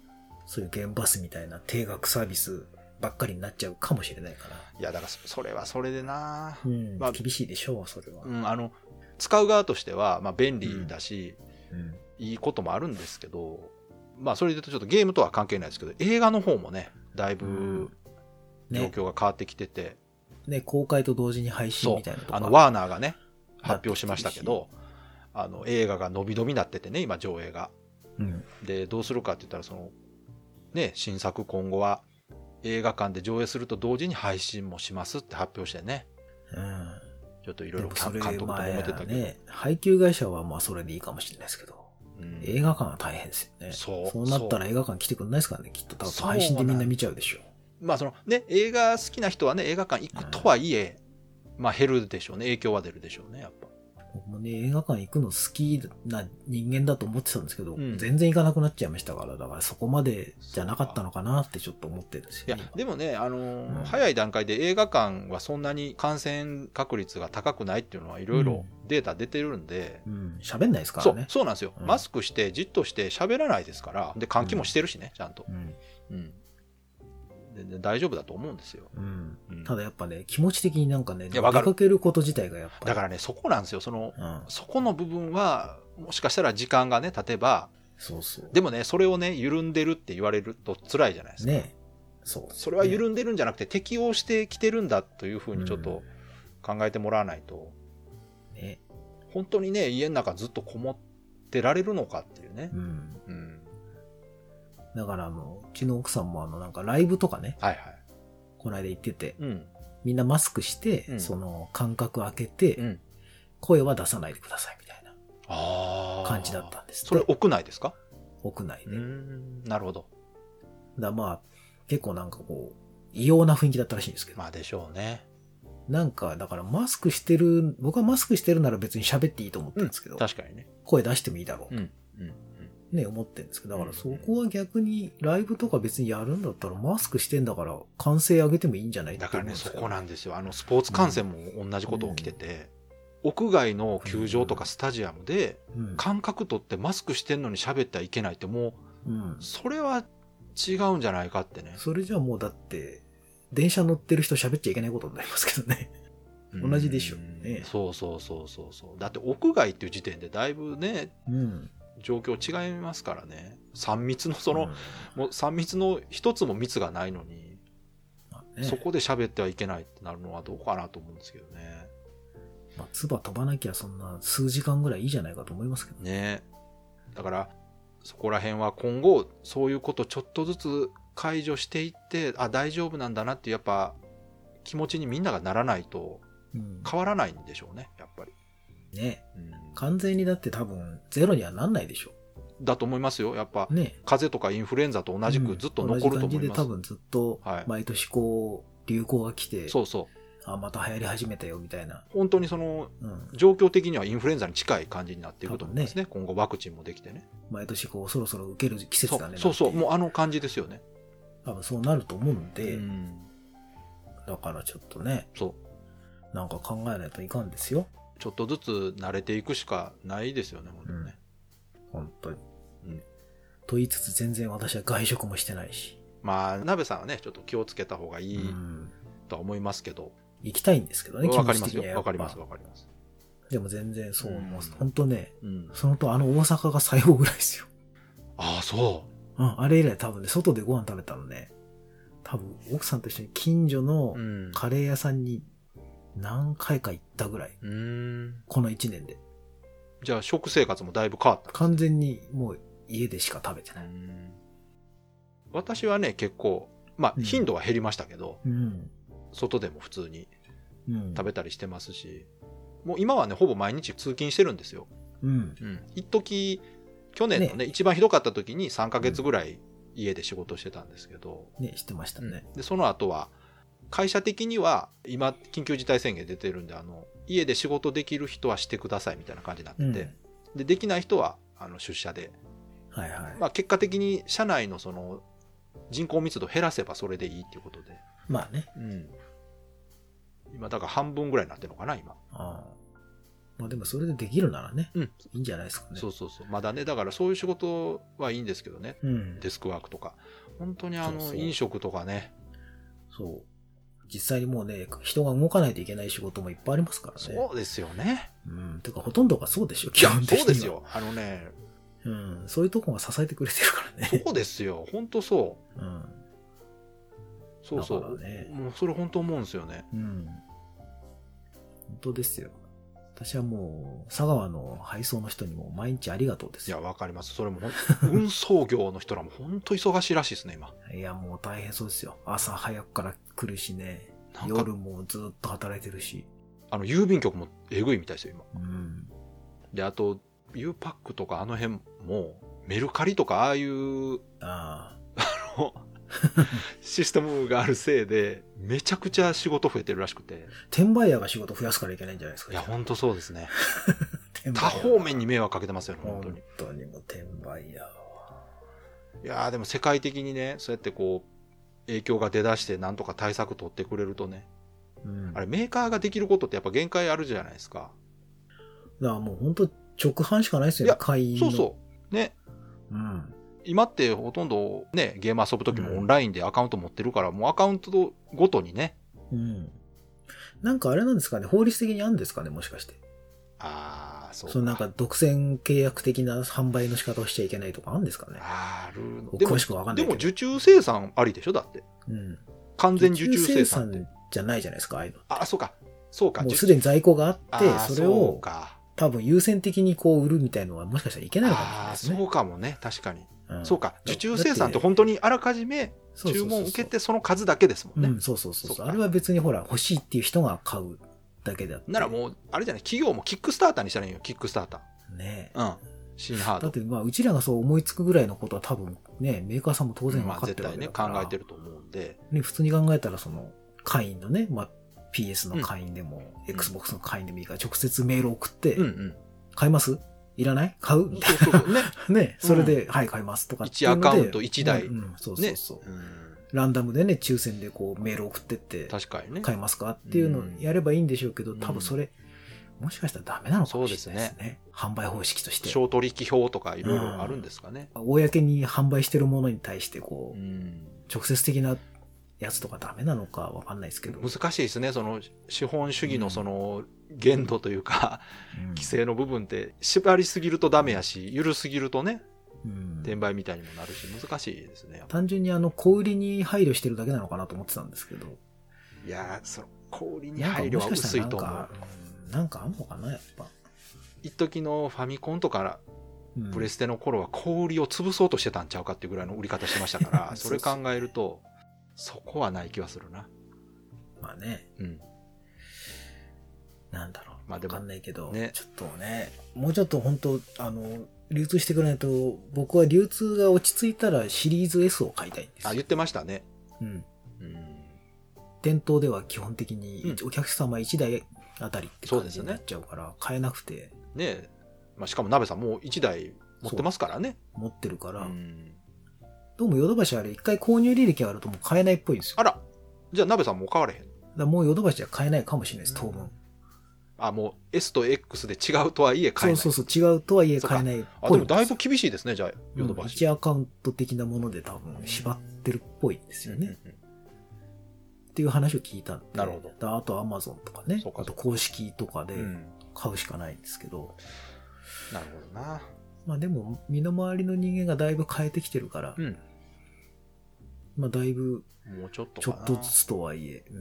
[SPEAKER 2] そういうゲームパスみたいな定額サービスばっかりになっちゃうかもしれないから。
[SPEAKER 1] いや、だからそそれはそれでな
[SPEAKER 2] うん。
[SPEAKER 1] まあ
[SPEAKER 2] 厳しいでしょう、それは。
[SPEAKER 1] うん、あの使う側としては、まあ、便利だし、
[SPEAKER 2] うん
[SPEAKER 1] いいこともあるんですけど、まあ、それで言うとちょっとゲームとは関係ないですけど映画の方もねだいぶ状
[SPEAKER 2] ね
[SPEAKER 1] 況が変わってきてて、
[SPEAKER 2] ね、公開と同時に配信
[SPEAKER 1] そう
[SPEAKER 2] みたいなとこ
[SPEAKER 1] あの
[SPEAKER 2] は
[SPEAKER 1] ワーナーがね発表しましたけどあの映画が伸び伸びになっててね今上映が。
[SPEAKER 2] うん、
[SPEAKER 1] でどうするかって言ったらその、ね、新作今後は映画館で上映すると同時に配信もしますって発表してね
[SPEAKER 2] うん。
[SPEAKER 1] ちょっとい
[SPEAKER 2] い
[SPEAKER 1] ろいろ監督と揉めてたけど、
[SPEAKER 2] ね、配給会社はまあそれでいいかもしれないですけど、
[SPEAKER 1] うん
[SPEAKER 2] 映画館は大変ですよね。
[SPEAKER 1] そう
[SPEAKER 2] そうなったら映画館来てくんないですからね、きっと。多分
[SPEAKER 1] そう
[SPEAKER 2] 配信でみんな見ちゃうでしょ
[SPEAKER 1] まあそのね、映画好きな人はね、映画館行くとはいえ、まあ減るでしょうね、影響は出るでしょうね、やっぱ。
[SPEAKER 2] 僕もね、映画館行くの好きな人間だと思ってたんですけど、
[SPEAKER 1] うん
[SPEAKER 2] 全然行かなくなっちゃいましたから、だからそこまでじゃなかったのかなってちょっと思ってるんです
[SPEAKER 1] い
[SPEAKER 2] よ
[SPEAKER 1] や
[SPEAKER 2] ね。、
[SPEAKER 1] でもね、あのー
[SPEAKER 2] うん
[SPEAKER 1] 早い段階で映画館はそんなに感染確率が高くないっていうのはいろいろデータ出てるんで、
[SPEAKER 2] うん、喋んないですか
[SPEAKER 1] そ
[SPEAKER 2] ら
[SPEAKER 1] う
[SPEAKER 2] ね。
[SPEAKER 1] そうなんですよ、
[SPEAKER 2] うん
[SPEAKER 1] マスクして、じっとして喋らないですから、で換気もしてるしね、ちゃんと、
[SPEAKER 2] うん
[SPEAKER 1] うんでで大丈夫だと思うんですよ。
[SPEAKER 2] うん
[SPEAKER 1] うん
[SPEAKER 2] ただやっぱね、気持ち的になんかね、
[SPEAKER 1] い
[SPEAKER 2] 出
[SPEAKER 1] やわかる
[SPEAKER 2] かけること自体がやっぱり。
[SPEAKER 1] だからね、そこなんですよ、その
[SPEAKER 2] うん、
[SPEAKER 1] そこの部分は、もしかしたら時間がね、経てば、
[SPEAKER 2] そうそう。
[SPEAKER 1] でもね、それをね、緩んでるって言われると辛いじゃないですか。
[SPEAKER 2] ね。そう。
[SPEAKER 1] それは
[SPEAKER 2] ね
[SPEAKER 1] 緩んでるんじゃなくて、適応してきてるんだというふうにちょっと考えてもらわないと、
[SPEAKER 2] ね。
[SPEAKER 1] 本当にね、家の中ずっとこもってられるのかっていうね
[SPEAKER 2] う。ん。
[SPEAKER 1] うん。
[SPEAKER 2] だから、あの、うちの奥さんも、あの、なんかライブとかね、
[SPEAKER 1] はいはい。
[SPEAKER 2] この間行ってて、
[SPEAKER 1] うん。
[SPEAKER 2] みんなマスクして、
[SPEAKER 1] うん
[SPEAKER 2] その、間隔開けて、
[SPEAKER 1] うん。
[SPEAKER 2] 声は出さないでください、みたい
[SPEAKER 1] あ
[SPEAKER 2] な
[SPEAKER 1] あ。
[SPEAKER 2] 感じだったんですって。
[SPEAKER 1] それ屋内ですか
[SPEAKER 2] 屋内で。
[SPEAKER 1] ん。なるほど。
[SPEAKER 2] だまあ、結構なんかこう、異様な雰囲気だったらしいんですけど。
[SPEAKER 1] まあでしょうね。
[SPEAKER 2] なんか、だからマスクしてる、僕はマスクしてるなら別に喋っていいと思ってるんですけど、
[SPEAKER 1] 確かにね。
[SPEAKER 2] 声出してもいいだろう
[SPEAKER 1] う
[SPEAKER 2] と
[SPEAKER 1] ん。うん。
[SPEAKER 2] ね、思ってるんですけど、だからそこは逆に、ライブとか別にやるんだったらマスクしてんだから、歓声上げてもいいんじゃないって
[SPEAKER 1] だか
[SPEAKER 2] 思う
[SPEAKER 1] ら
[SPEAKER 2] ん
[SPEAKER 1] ね、
[SPEAKER 2] です
[SPEAKER 1] そ
[SPEAKER 2] けど
[SPEAKER 1] こなんですよ。あの、スポーツ観戦も同じこと起きてて、屋外の球場とかスタジアムで、
[SPEAKER 2] うん
[SPEAKER 1] 感覚取ってマスクしてんのに喋ってはいけないってもう、
[SPEAKER 2] うん。
[SPEAKER 1] それは違うんじゃないかってね。
[SPEAKER 2] それじゃあもうだって、電車乗ってる人喋っちゃいけないことになりますけどね。同じでしょうね
[SPEAKER 1] うんそうそうそうそうそう。だって屋外っていう時点でだいぶね、
[SPEAKER 2] うん。
[SPEAKER 1] 状況違いますからね。3密のそ
[SPEAKER 2] そ
[SPEAKER 1] の、もう3密の一つも密がないのに、そこで喋ってはいけないってなるのはどうかなと思うんですけどね。
[SPEAKER 2] まあ、唾飛ばなきゃそんな数時間ぐらいいいじゃないかと思いますけどね。
[SPEAKER 1] ね。だから、そこら辺は今後、そういうことちょっとずつ解除していって、あ、大丈夫なんだなっていうやっぱ、気持ちにみんながならないと
[SPEAKER 2] うん。
[SPEAKER 1] 変わらないんでしょうね、やっぱり。
[SPEAKER 2] ね
[SPEAKER 1] うん
[SPEAKER 2] 完全にだって多分ゼロにはなんないでしょ。
[SPEAKER 1] だと思いますよやっぱ
[SPEAKER 2] ね。
[SPEAKER 1] 風邪とかインフルエンザと同じくずっと残ると思い
[SPEAKER 2] 同じ感じで
[SPEAKER 1] ます、
[SPEAKER 2] 多分ずっと
[SPEAKER 1] はい、
[SPEAKER 2] 毎年こう、流行が来て、
[SPEAKER 1] そうそう
[SPEAKER 2] あ、また流行り始めたよ、みたいな。
[SPEAKER 1] 本当にその
[SPEAKER 2] うん。
[SPEAKER 1] 状況的にはインフルエンザに近い感じになっていくと思いますね今後ワクチンもできてね
[SPEAKER 2] 毎年こう、そろそろ受ける季節
[SPEAKER 1] そう
[SPEAKER 2] だね。
[SPEAKER 1] そうそう
[SPEAKER 2] なんて
[SPEAKER 1] もうあの感じですよね、
[SPEAKER 2] 多分そうなると思うんで、
[SPEAKER 1] うん
[SPEAKER 2] だからちょっとね、
[SPEAKER 1] そう
[SPEAKER 2] なんか考えないといかんですよ。
[SPEAKER 1] ちょっとずつ慣れていくしかないですよね本当にね、
[SPEAKER 2] 本当に。
[SPEAKER 1] うん
[SPEAKER 2] と言いつつ全然私は外食もしてないし。
[SPEAKER 1] まあ鍋さんはねちょっと気をつけた方がいい
[SPEAKER 2] うん。
[SPEAKER 1] とは思いますけど
[SPEAKER 2] 行きたいんですけどね、
[SPEAKER 1] わかります
[SPEAKER 2] 気持ち的には
[SPEAKER 1] よ
[SPEAKER 2] やっ
[SPEAKER 1] わ
[SPEAKER 2] ぱ
[SPEAKER 1] かりますわかります
[SPEAKER 2] でも全然そう、
[SPEAKER 1] うん
[SPEAKER 2] もう本当ね、
[SPEAKER 1] うん
[SPEAKER 2] そのとあの大阪が最後ぐらいですよ。
[SPEAKER 1] ああそ
[SPEAKER 2] うん、あれ以来多分ね、外でご飯食べたのね、多分奥さんと一緒に近所の
[SPEAKER 1] ううん
[SPEAKER 2] カレー屋さんに何回か行ったぐらい。
[SPEAKER 1] うん
[SPEAKER 2] この1年で。
[SPEAKER 1] じゃあ食生活もだいぶ変わった
[SPEAKER 2] 完全にもう家でしか食べてない。
[SPEAKER 1] 私はね結構ま
[SPEAKER 2] う
[SPEAKER 1] あ
[SPEAKER 2] ん
[SPEAKER 1] 頻度は減りましたけど、
[SPEAKER 2] うん。
[SPEAKER 1] 外でも普通に
[SPEAKER 2] うん。
[SPEAKER 1] 食べたりしてますしもう今はねほぼ毎日通勤してるんですよ、
[SPEAKER 2] うん。
[SPEAKER 1] うん、一時去年のね一番ひどかった時に3ヶ月ぐらい家で仕事してたんですけど、
[SPEAKER 2] ね、してましたね。
[SPEAKER 1] でその後は会社的には今緊急事態宣言出てるんであの家で仕事できる人はしてくださいみたいな感じになって
[SPEAKER 2] うん。
[SPEAKER 1] て、でできない人はあの出社で、
[SPEAKER 2] はいはい。
[SPEAKER 1] まあ、結果的に社内のその人口密度減らせばそれでいいっていうことで、
[SPEAKER 2] まあね。
[SPEAKER 1] 今だから半分ぐらいになってるのかな今、
[SPEAKER 2] ああ。まあでもそれでできるならね、
[SPEAKER 1] うん
[SPEAKER 2] いいんじゃないですかね。
[SPEAKER 1] そうそうそうまだねだからそういう仕事はいいんですけどね
[SPEAKER 2] うん。
[SPEAKER 1] デスクワークとか本当にあ
[SPEAKER 2] そう
[SPEAKER 1] の
[SPEAKER 2] そう
[SPEAKER 1] 飲食とかね
[SPEAKER 2] そう。実際にもうね、人が動かないといけない仕事もいっぱいありますからね。
[SPEAKER 1] そうですよね
[SPEAKER 2] うん。てかほとんどがそうでしょ、
[SPEAKER 1] い
[SPEAKER 2] 基
[SPEAKER 1] や
[SPEAKER 2] 本的には。
[SPEAKER 1] そうです。よあのね
[SPEAKER 2] うん。そういうとこが支えてくれてるからね。
[SPEAKER 1] そうです よ本当そう
[SPEAKER 2] うん。
[SPEAKER 1] そうそ
[SPEAKER 2] だ
[SPEAKER 1] う
[SPEAKER 2] から。ね
[SPEAKER 1] もうそれ本当思うんですよね。
[SPEAKER 2] うん。本当ですよ。私はもう、佐川の配送の人にも毎日ありがとうです
[SPEAKER 1] いや、
[SPEAKER 2] よ。
[SPEAKER 1] わかります。それもほん、 運送業の人らも本当忙しいらしいですね、今。
[SPEAKER 2] いや、もう大変そうですよ。朝早くから来るしね。
[SPEAKER 1] なんか
[SPEAKER 2] 夜、もずっと働いてるし。
[SPEAKER 1] あの、郵便局もえぐいみたいですよ、今。
[SPEAKER 2] うん。
[SPEAKER 1] で、あと、U パックとかあの辺も、メルカリとかああいう
[SPEAKER 2] ああ。
[SPEAKER 1] システムがあるせいで、めちゃくちゃ仕事増えてるらしくて。
[SPEAKER 2] 転売ヤーが仕事増やすからいけないんじゃないですか。
[SPEAKER 1] いや、本当そうですね。
[SPEAKER 2] 転売ヤ
[SPEAKER 1] 他
[SPEAKER 2] ー
[SPEAKER 1] 方面に迷惑かけてますよね、本当に
[SPEAKER 2] 本。当にもう転売ヤーは。
[SPEAKER 1] いやーでも世界的にね、そうやってこう、影響が出だして、なんとか対策取ってくれるとね、
[SPEAKER 2] うん。
[SPEAKER 1] あれ、メーカーができることってやっぱ限界あるじゃないですか。
[SPEAKER 2] だからもう本当直販しかないですよ
[SPEAKER 1] い
[SPEAKER 2] ね
[SPEAKER 1] や、
[SPEAKER 2] 会員
[SPEAKER 1] そう
[SPEAKER 2] の。
[SPEAKER 1] そう。ね、
[SPEAKER 2] う。うん。
[SPEAKER 1] 今ってほとんどね、ゲーム遊ぶときもオンラインでアカウント持ってるから、もうアカウントごとにね、
[SPEAKER 2] うん。なんかあれなんですかね、法律的にあるんですかね、もしかして。
[SPEAKER 1] ああ、そ
[SPEAKER 2] そのなんか独占契約的な販売の仕方をしちゃいけないとかあるんですかね。
[SPEAKER 1] あるでも
[SPEAKER 2] 詳し、くわかんな
[SPEAKER 1] で
[SPEAKER 2] い
[SPEAKER 1] も
[SPEAKER 2] けど。
[SPEAKER 1] 受注生産ありでしょだって。
[SPEAKER 2] うん。
[SPEAKER 1] 完全受注生産っ
[SPEAKER 2] 受
[SPEAKER 1] て
[SPEAKER 2] 注。じゃないじゃないですか、ああいうの。
[SPEAKER 1] あ、そうか、そうか、
[SPEAKER 2] もうす
[SPEAKER 1] 受
[SPEAKER 2] でに在庫があって
[SPEAKER 1] あー、
[SPEAKER 2] それ
[SPEAKER 1] う
[SPEAKER 2] を
[SPEAKER 1] か。
[SPEAKER 2] 多分優先的にこう売るみたいのはもしかしたらいけないのかもしれない
[SPEAKER 1] ああ
[SPEAKER 2] で
[SPEAKER 1] ー、
[SPEAKER 2] すね
[SPEAKER 1] そ。うかもね、確かに。
[SPEAKER 2] ん
[SPEAKER 1] そうか、受注生産って
[SPEAKER 2] だ
[SPEAKER 1] 本当にあらかじめ
[SPEAKER 2] そうそう
[SPEAKER 1] 注
[SPEAKER 2] そうそう
[SPEAKER 1] 文受けて、その数だけですもん
[SPEAKER 2] う
[SPEAKER 1] ね。
[SPEAKER 2] ん、そうそうそう
[SPEAKER 1] そ
[SPEAKER 2] そうう。
[SPEAKER 1] か
[SPEAKER 2] あれは別にほら、欲しいっていう人が買うだけだって。
[SPEAKER 1] ならもう、あれじゃない、企業もキックスターターにしたらいいよ、キックスタータ
[SPEAKER 2] う。ね
[SPEAKER 1] ー。うん。新ハー
[SPEAKER 2] だ
[SPEAKER 1] ド
[SPEAKER 2] っ。てまあ、うちらがそう思いつくぐらいのことは多分ね、メーカーさんも当然分
[SPEAKER 1] ま
[SPEAKER 2] か
[SPEAKER 1] あ、
[SPEAKER 2] って
[SPEAKER 1] 絶
[SPEAKER 2] るわ
[SPEAKER 1] 対
[SPEAKER 2] けだ
[SPEAKER 1] ね、
[SPEAKER 2] か
[SPEAKER 1] 考
[SPEAKER 2] ら、
[SPEAKER 1] えてると思うんで。
[SPEAKER 2] ね、普通に考えたらその、会員のね、まあ、PS の会員でも、
[SPEAKER 1] ん
[SPEAKER 2] Xbox の会員でもいいから、直接メール送って、
[SPEAKER 1] うんうん。
[SPEAKER 2] 買いますいらない買うみたい
[SPEAKER 1] そうそうそうね。
[SPEAKER 2] な。 ね、それで、はい、買いますとかっていうので。
[SPEAKER 1] 一アカウント一台
[SPEAKER 2] うん、うんそうそう
[SPEAKER 1] ね
[SPEAKER 2] そ
[SPEAKER 1] う
[SPEAKER 2] う、
[SPEAKER 1] ん
[SPEAKER 2] ランダムでね、抽選でこう、メール送ってって、
[SPEAKER 1] 確かにね。
[SPEAKER 2] 買いますかっていうのをやればいいんでしょうけど、
[SPEAKER 1] うん
[SPEAKER 2] 多分それ、もしかしたらダメなのかもしれないで
[SPEAKER 1] そう
[SPEAKER 2] すね。販売方式として。
[SPEAKER 1] 小取引表とかいろいろあるんですかね。
[SPEAKER 2] 公に販売してるものに対して、こ
[SPEAKER 1] う
[SPEAKER 2] う、
[SPEAKER 1] ん
[SPEAKER 2] 直接的なやつとかダメなのかわかんないですけど。
[SPEAKER 1] 難しいですね、その資本主義のその限度という か、
[SPEAKER 2] うん
[SPEAKER 1] 規制の部分って、縛りすぎるとダメやし、緩すぎるとね、
[SPEAKER 2] うん
[SPEAKER 1] 転売みたいにもなるし、難しいですね。
[SPEAKER 2] 単純にあの、小売りに配慮してるだけなのかなと思ってたんですけど。
[SPEAKER 1] いやー、その氷に
[SPEAKER 2] なんか
[SPEAKER 1] 配慮は
[SPEAKER 2] もしか
[SPEAKER 1] 薄い
[SPEAKER 2] した
[SPEAKER 1] と
[SPEAKER 2] ら
[SPEAKER 1] 思
[SPEAKER 2] なん
[SPEAKER 1] う
[SPEAKER 2] か。うんなんかあんのかな、やっぱ。
[SPEAKER 1] 一時のファミコンとか
[SPEAKER 2] うん
[SPEAKER 1] プレステの頃は氷を潰そうとしてたんちゃうかっていうぐらいの売り方してましたから、そ
[SPEAKER 2] そう
[SPEAKER 1] れ
[SPEAKER 2] そ
[SPEAKER 1] 考
[SPEAKER 2] う
[SPEAKER 1] えると、そこはない気はするな。
[SPEAKER 2] まあね、
[SPEAKER 1] うん。
[SPEAKER 2] なんだろう。
[SPEAKER 1] まあで
[SPEAKER 2] わ
[SPEAKER 1] も
[SPEAKER 2] かんないけど、
[SPEAKER 1] ね
[SPEAKER 2] ちょっとね、もうちょっと本当あの、流通してくれないと、僕は流通が落ち着いたらシリーズ S を買いたいんです
[SPEAKER 1] あ、
[SPEAKER 2] よ。
[SPEAKER 1] 言ってましたね。
[SPEAKER 2] うん。
[SPEAKER 1] うん。
[SPEAKER 2] 店頭では基本的に
[SPEAKER 1] う
[SPEAKER 2] お客様1台あたりって
[SPEAKER 1] そう
[SPEAKER 2] 感
[SPEAKER 1] です
[SPEAKER 2] じ
[SPEAKER 1] よ
[SPEAKER 2] に
[SPEAKER 1] ね
[SPEAKER 2] なっちゃうから、買えなくて
[SPEAKER 1] ねえまあ、しかも鍋さんもう1台持ってますからね。
[SPEAKER 2] 持ってるから、
[SPEAKER 1] うん
[SPEAKER 2] どうもヨドバシあれ一回購入履歴あるともう買えないっぽいんですよ。
[SPEAKER 1] あら、じゃあ鍋さんもう買われへん。
[SPEAKER 2] だからもうヨドバシじゃ買えないかもしれないです、当分。
[SPEAKER 1] あ、もう S と X で違うとはいえ買えない。
[SPEAKER 2] そうそうそう、違うとはいえ買えないっ
[SPEAKER 1] あ、
[SPEAKER 2] ぽ
[SPEAKER 1] でも
[SPEAKER 2] いんですよ
[SPEAKER 1] だいぶ厳しいですね、じゃあ、ヨドバシ。
[SPEAKER 2] 1アカウント的なもので多分縛ってるっぽいんですよね。
[SPEAKER 1] うんうんうん
[SPEAKER 2] っていう話を聞いたんで。
[SPEAKER 1] なるほど
[SPEAKER 2] ど。あとアマゾンとかね
[SPEAKER 1] そう。か
[SPEAKER 2] あと公式とかで
[SPEAKER 1] うん
[SPEAKER 2] 買うしかないんですけど。
[SPEAKER 1] なるほどな。
[SPEAKER 2] まあでも、身の回りの人間がだいぶ変えてきてるから、
[SPEAKER 1] うん。
[SPEAKER 2] まあだいぶ
[SPEAKER 1] もうちょっと
[SPEAKER 2] ちょ
[SPEAKER 1] かな。
[SPEAKER 2] っとずつとはいえ。う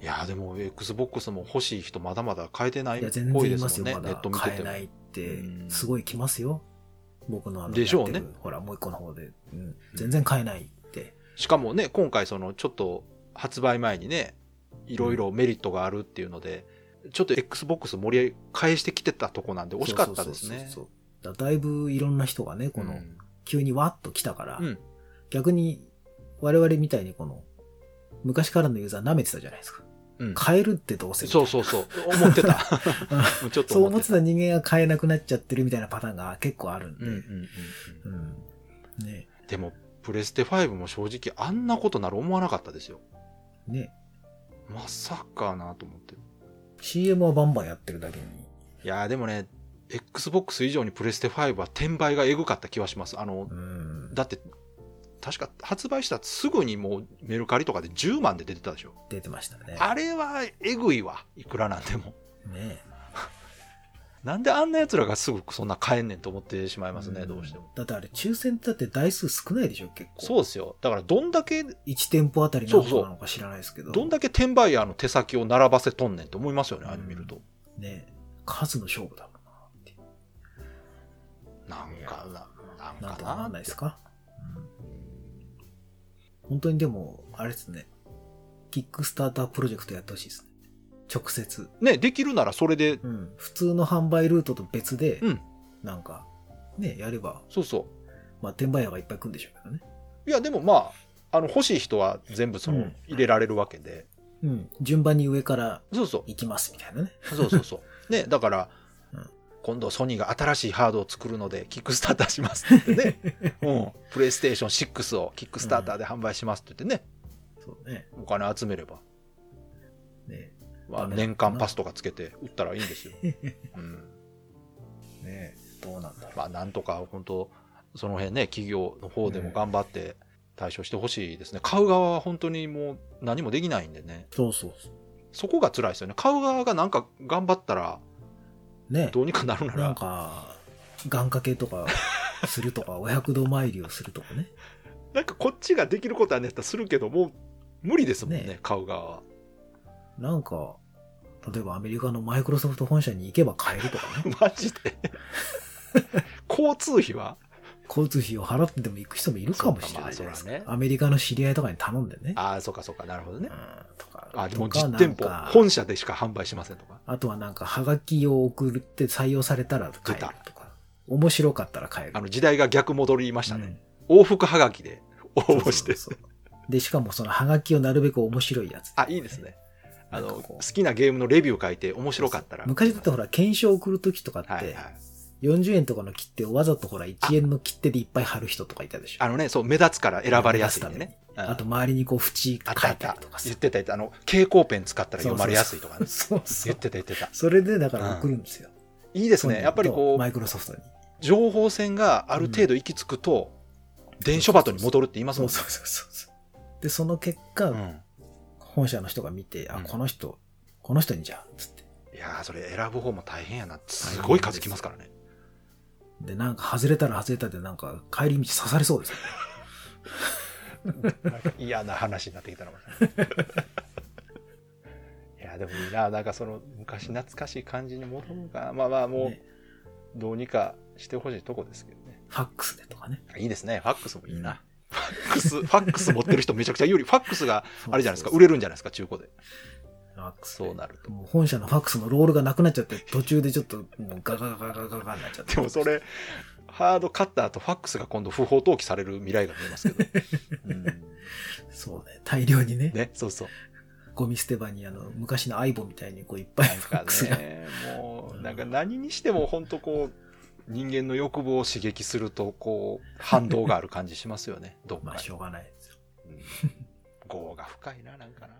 [SPEAKER 2] ん
[SPEAKER 1] いや、でも XBOX も欲しい人まだまだ買えてない
[SPEAKER 2] いや、
[SPEAKER 1] っ
[SPEAKER 2] 全
[SPEAKER 1] ぽい
[SPEAKER 2] 然い
[SPEAKER 1] で
[SPEAKER 2] ます
[SPEAKER 1] す
[SPEAKER 2] よ、
[SPEAKER 1] もんね、
[SPEAKER 2] ま
[SPEAKER 1] ネッ
[SPEAKER 2] だ
[SPEAKER 1] ト見て
[SPEAKER 2] 買え
[SPEAKER 1] ても
[SPEAKER 2] な。いって
[SPEAKER 1] う、ん
[SPEAKER 2] すごい来ますよ。僕のあの
[SPEAKER 1] でしょうね
[SPEAKER 2] やってるほら、もう一個の方で。うん全然買えないって。
[SPEAKER 1] しかもね、今回そのちょっと発売前にね、いろいろメリットがあるっていうので、ちょっと XBOX 盛り返してきてたとこなんで惜しかったですね。
[SPEAKER 2] そうそうそうそう。だだいぶいろんな人がね、この、
[SPEAKER 1] うん
[SPEAKER 2] 急にわっと来たから、
[SPEAKER 1] うん
[SPEAKER 2] 逆に我々みたいにこの、昔からのユーザー舐めてたじゃないですか。
[SPEAKER 1] うん
[SPEAKER 2] 変えるってどうせみたい
[SPEAKER 1] そ
[SPEAKER 2] な。
[SPEAKER 1] うそうそう。思って た。ちょっと
[SPEAKER 2] そう
[SPEAKER 1] 思
[SPEAKER 2] 思
[SPEAKER 1] っ
[SPEAKER 2] ってて
[SPEAKER 1] た。
[SPEAKER 2] た人間が変えなくなっちゃってるみたいなパターンが結構あるんで。
[SPEAKER 1] うんうんうんう
[SPEAKER 2] うんね
[SPEAKER 1] んでも、プレステ5も正直あんなことなる思わなかったですよ。
[SPEAKER 2] ね
[SPEAKER 1] まさかなと思って。
[SPEAKER 2] CM はバンバンやってるだけに。
[SPEAKER 1] いやーでもね、Xbox 以上にプレステ5は転売がエグかった気はします。あの
[SPEAKER 2] う、ん。
[SPEAKER 1] だって、確か発売したすぐにもうメルカリとかで10万で出てたでしょ。
[SPEAKER 2] 出てましたね。
[SPEAKER 1] あれはエグいわ。いくらなんでも。
[SPEAKER 2] ね
[SPEAKER 1] なんであんな奴らがすぐそんな買えんねんと思ってしまいますね、
[SPEAKER 2] ん
[SPEAKER 1] どうしても。。
[SPEAKER 2] だってあれ、抽選ってだって台数少ないでしょ、結構。
[SPEAKER 1] そうですよ。だからどんだけ、
[SPEAKER 2] 1店舗あたり何個なのか知らないですけど。
[SPEAKER 1] どんだけ転売ヤーの手先を並ばせとんねんと思いますよね、あれ見ると。
[SPEAKER 2] ね数の勝負だもんなっていう。
[SPEAKER 1] なんかな、なん
[SPEAKER 2] なん
[SPEAKER 1] か
[SPEAKER 2] とかな
[SPEAKER 1] な。
[SPEAKER 2] んないですか、本当にでも、あれですね。キックスタータープロジェクトやってほしいですね。直接。
[SPEAKER 1] ね、できるならそれで、
[SPEAKER 2] うん。普通の販売ルートと別で、
[SPEAKER 1] うん
[SPEAKER 2] なんか、ね、やれば、
[SPEAKER 1] そうそ
[SPEAKER 2] まあ、転売屋がいっぱい来るんでしょうけどね。
[SPEAKER 1] う。いや、でもまあ、あの、欲しい人は全部そうの
[SPEAKER 2] ん、
[SPEAKER 1] 入れられるわけで。
[SPEAKER 2] うん。順番に上から
[SPEAKER 1] そうそ
[SPEAKER 2] 行きますみたいなね。
[SPEAKER 1] う。そうそうそう。ね、だから
[SPEAKER 2] うん、
[SPEAKER 1] 今度ソニーが新しいハードを作るので、キックスターターしますって言ってね。 うん。プレイステーション6をキックスターターで販売しますって言ってね、
[SPEAKER 2] そうね。
[SPEAKER 1] お金集めれば、
[SPEAKER 2] ね
[SPEAKER 1] まあ
[SPEAKER 2] ダメだ
[SPEAKER 1] 年間パスとかつけて売ったらいいん ですよ。うん。
[SPEAKER 2] ねどうなんだろう。
[SPEAKER 1] まあ、なんとか本当、その辺ね、企業の方でも頑張って対処してほしいですね。買う側は本当にもう何もできないんでね。
[SPEAKER 2] そうそうそ
[SPEAKER 1] そこが辛いですよね。買う側がなんか頑張ったら、
[SPEAKER 2] う。ね
[SPEAKER 1] どうにかなるな
[SPEAKER 2] なん
[SPEAKER 1] ら、
[SPEAKER 2] か、願掛けとか、する とか、お百度参りをするとかね。
[SPEAKER 1] なんかこっちができることはね、するけど、もう無理ですもんね、
[SPEAKER 2] ね
[SPEAKER 1] 買う側は。
[SPEAKER 2] なんか、例えばアメリカのマイクロソフト本社に行けば買えるとか ね。
[SPEAKER 1] マジで。交通費は
[SPEAKER 2] 交通費を払ってでも行く人もいるかもしれないじゃないですか。
[SPEAKER 1] そうかまあそらね
[SPEAKER 2] アメリカの知り合いとかに頼んでね。
[SPEAKER 1] ああ、そうかそうか、なるほど
[SPEAKER 2] う
[SPEAKER 1] ね
[SPEAKER 2] ん。とか。
[SPEAKER 1] あでもう
[SPEAKER 2] とか
[SPEAKER 1] 実店舗、
[SPEAKER 2] なんか
[SPEAKER 1] 本社でしか販売しませんとか。
[SPEAKER 2] あとはなんか、ハガキを送るって採用されたら買えるとか。面白かったら買える。
[SPEAKER 1] あの時代が逆戻りました
[SPEAKER 2] うん
[SPEAKER 1] ね。往復はがきで応募して。
[SPEAKER 2] そうそうそうで、しかもそのハガキをなるべく面白いやつ。
[SPEAKER 1] あ、いいですね。あ
[SPEAKER 2] なん
[SPEAKER 1] の、
[SPEAKER 2] かこ
[SPEAKER 1] 好
[SPEAKER 2] う
[SPEAKER 1] きなゲームのレビュー書いて面白かったら。
[SPEAKER 2] 昔だってほら、検証送るときとかっ
[SPEAKER 1] はい
[SPEAKER 2] て
[SPEAKER 1] は、い。
[SPEAKER 2] 40円とかの切手をわざとほら、1円の切手でいっぱい貼る人とかいたでしょ。
[SPEAKER 1] あのね、そう、目立つから選ばれやすいんでね。うん
[SPEAKER 2] あと、周りにこう、縁
[SPEAKER 1] あっ
[SPEAKER 2] 書
[SPEAKER 1] たあ
[SPEAKER 2] い
[SPEAKER 1] ったた
[SPEAKER 2] りとか。さ
[SPEAKER 1] 言ってた言ってた。あの、蛍光ペン使ったら読まれやすいとかね。
[SPEAKER 2] そうそ
[SPEAKER 1] 言
[SPEAKER 2] う
[SPEAKER 1] っ。てた言ってた。
[SPEAKER 2] それでだから送るんですよ。
[SPEAKER 1] いいで
[SPEAKER 2] です
[SPEAKER 1] ね。やっぱりこ
[SPEAKER 2] マ
[SPEAKER 1] う、
[SPEAKER 2] イクロソフトに。
[SPEAKER 1] 情報戦がある程度行き着くと、電書バトに戻るって言います
[SPEAKER 2] そ
[SPEAKER 1] もん
[SPEAKER 2] う
[SPEAKER 1] ね。
[SPEAKER 2] そうそうそう。で、その結果、
[SPEAKER 1] うん
[SPEAKER 2] 本社の人が見て、
[SPEAKER 1] う
[SPEAKER 2] あ、
[SPEAKER 1] ん
[SPEAKER 2] この人、この人にじゃあ、つって。
[SPEAKER 1] いやー、それ選ぶ方も大変やな。すごい数きますからね。
[SPEAKER 2] で、なんか外れたら外れたで、なんか帰り道刺されそうですよ。
[SPEAKER 1] なんか嫌な話になってきたの いやでもいいななんかその昔懐かしい感じに戻るのかなまあまあもう
[SPEAKER 2] ね
[SPEAKER 1] どうにかしてほしいとこですけどね
[SPEAKER 2] ファックスでとかね。
[SPEAKER 1] いいですねファックスもいいな、 ファックスファックス持ってる人めちゃくちゃ有利ファックスがあれじゃないですか売
[SPEAKER 2] れ
[SPEAKER 1] れるんじゃないですか中古で
[SPEAKER 2] なって。
[SPEAKER 1] そうなると。
[SPEAKER 2] もう本社のファックスのロールがなくなっちゃって、途中でちょっともうガガガガガガガになっちゃって。
[SPEAKER 1] でもそれ、ハードカッターとファックスが今度不法投棄される未来が見えます けど。うん
[SPEAKER 2] そうね。大量にね。
[SPEAKER 1] ね、そうそう。
[SPEAKER 2] ゴミ捨て場にあの、昔のアイボみたいにこういっぱい
[SPEAKER 1] なん
[SPEAKER 2] ファッ
[SPEAKER 1] か
[SPEAKER 2] クスが。
[SPEAKER 1] ね、もう、なんか何にしても本当こう、人間の欲望を刺激すると、こう、反動がある感じしますよね。どっか
[SPEAKER 2] まあ
[SPEAKER 1] に
[SPEAKER 2] しょうがないですよ。
[SPEAKER 1] うん業が深いな、なんかな。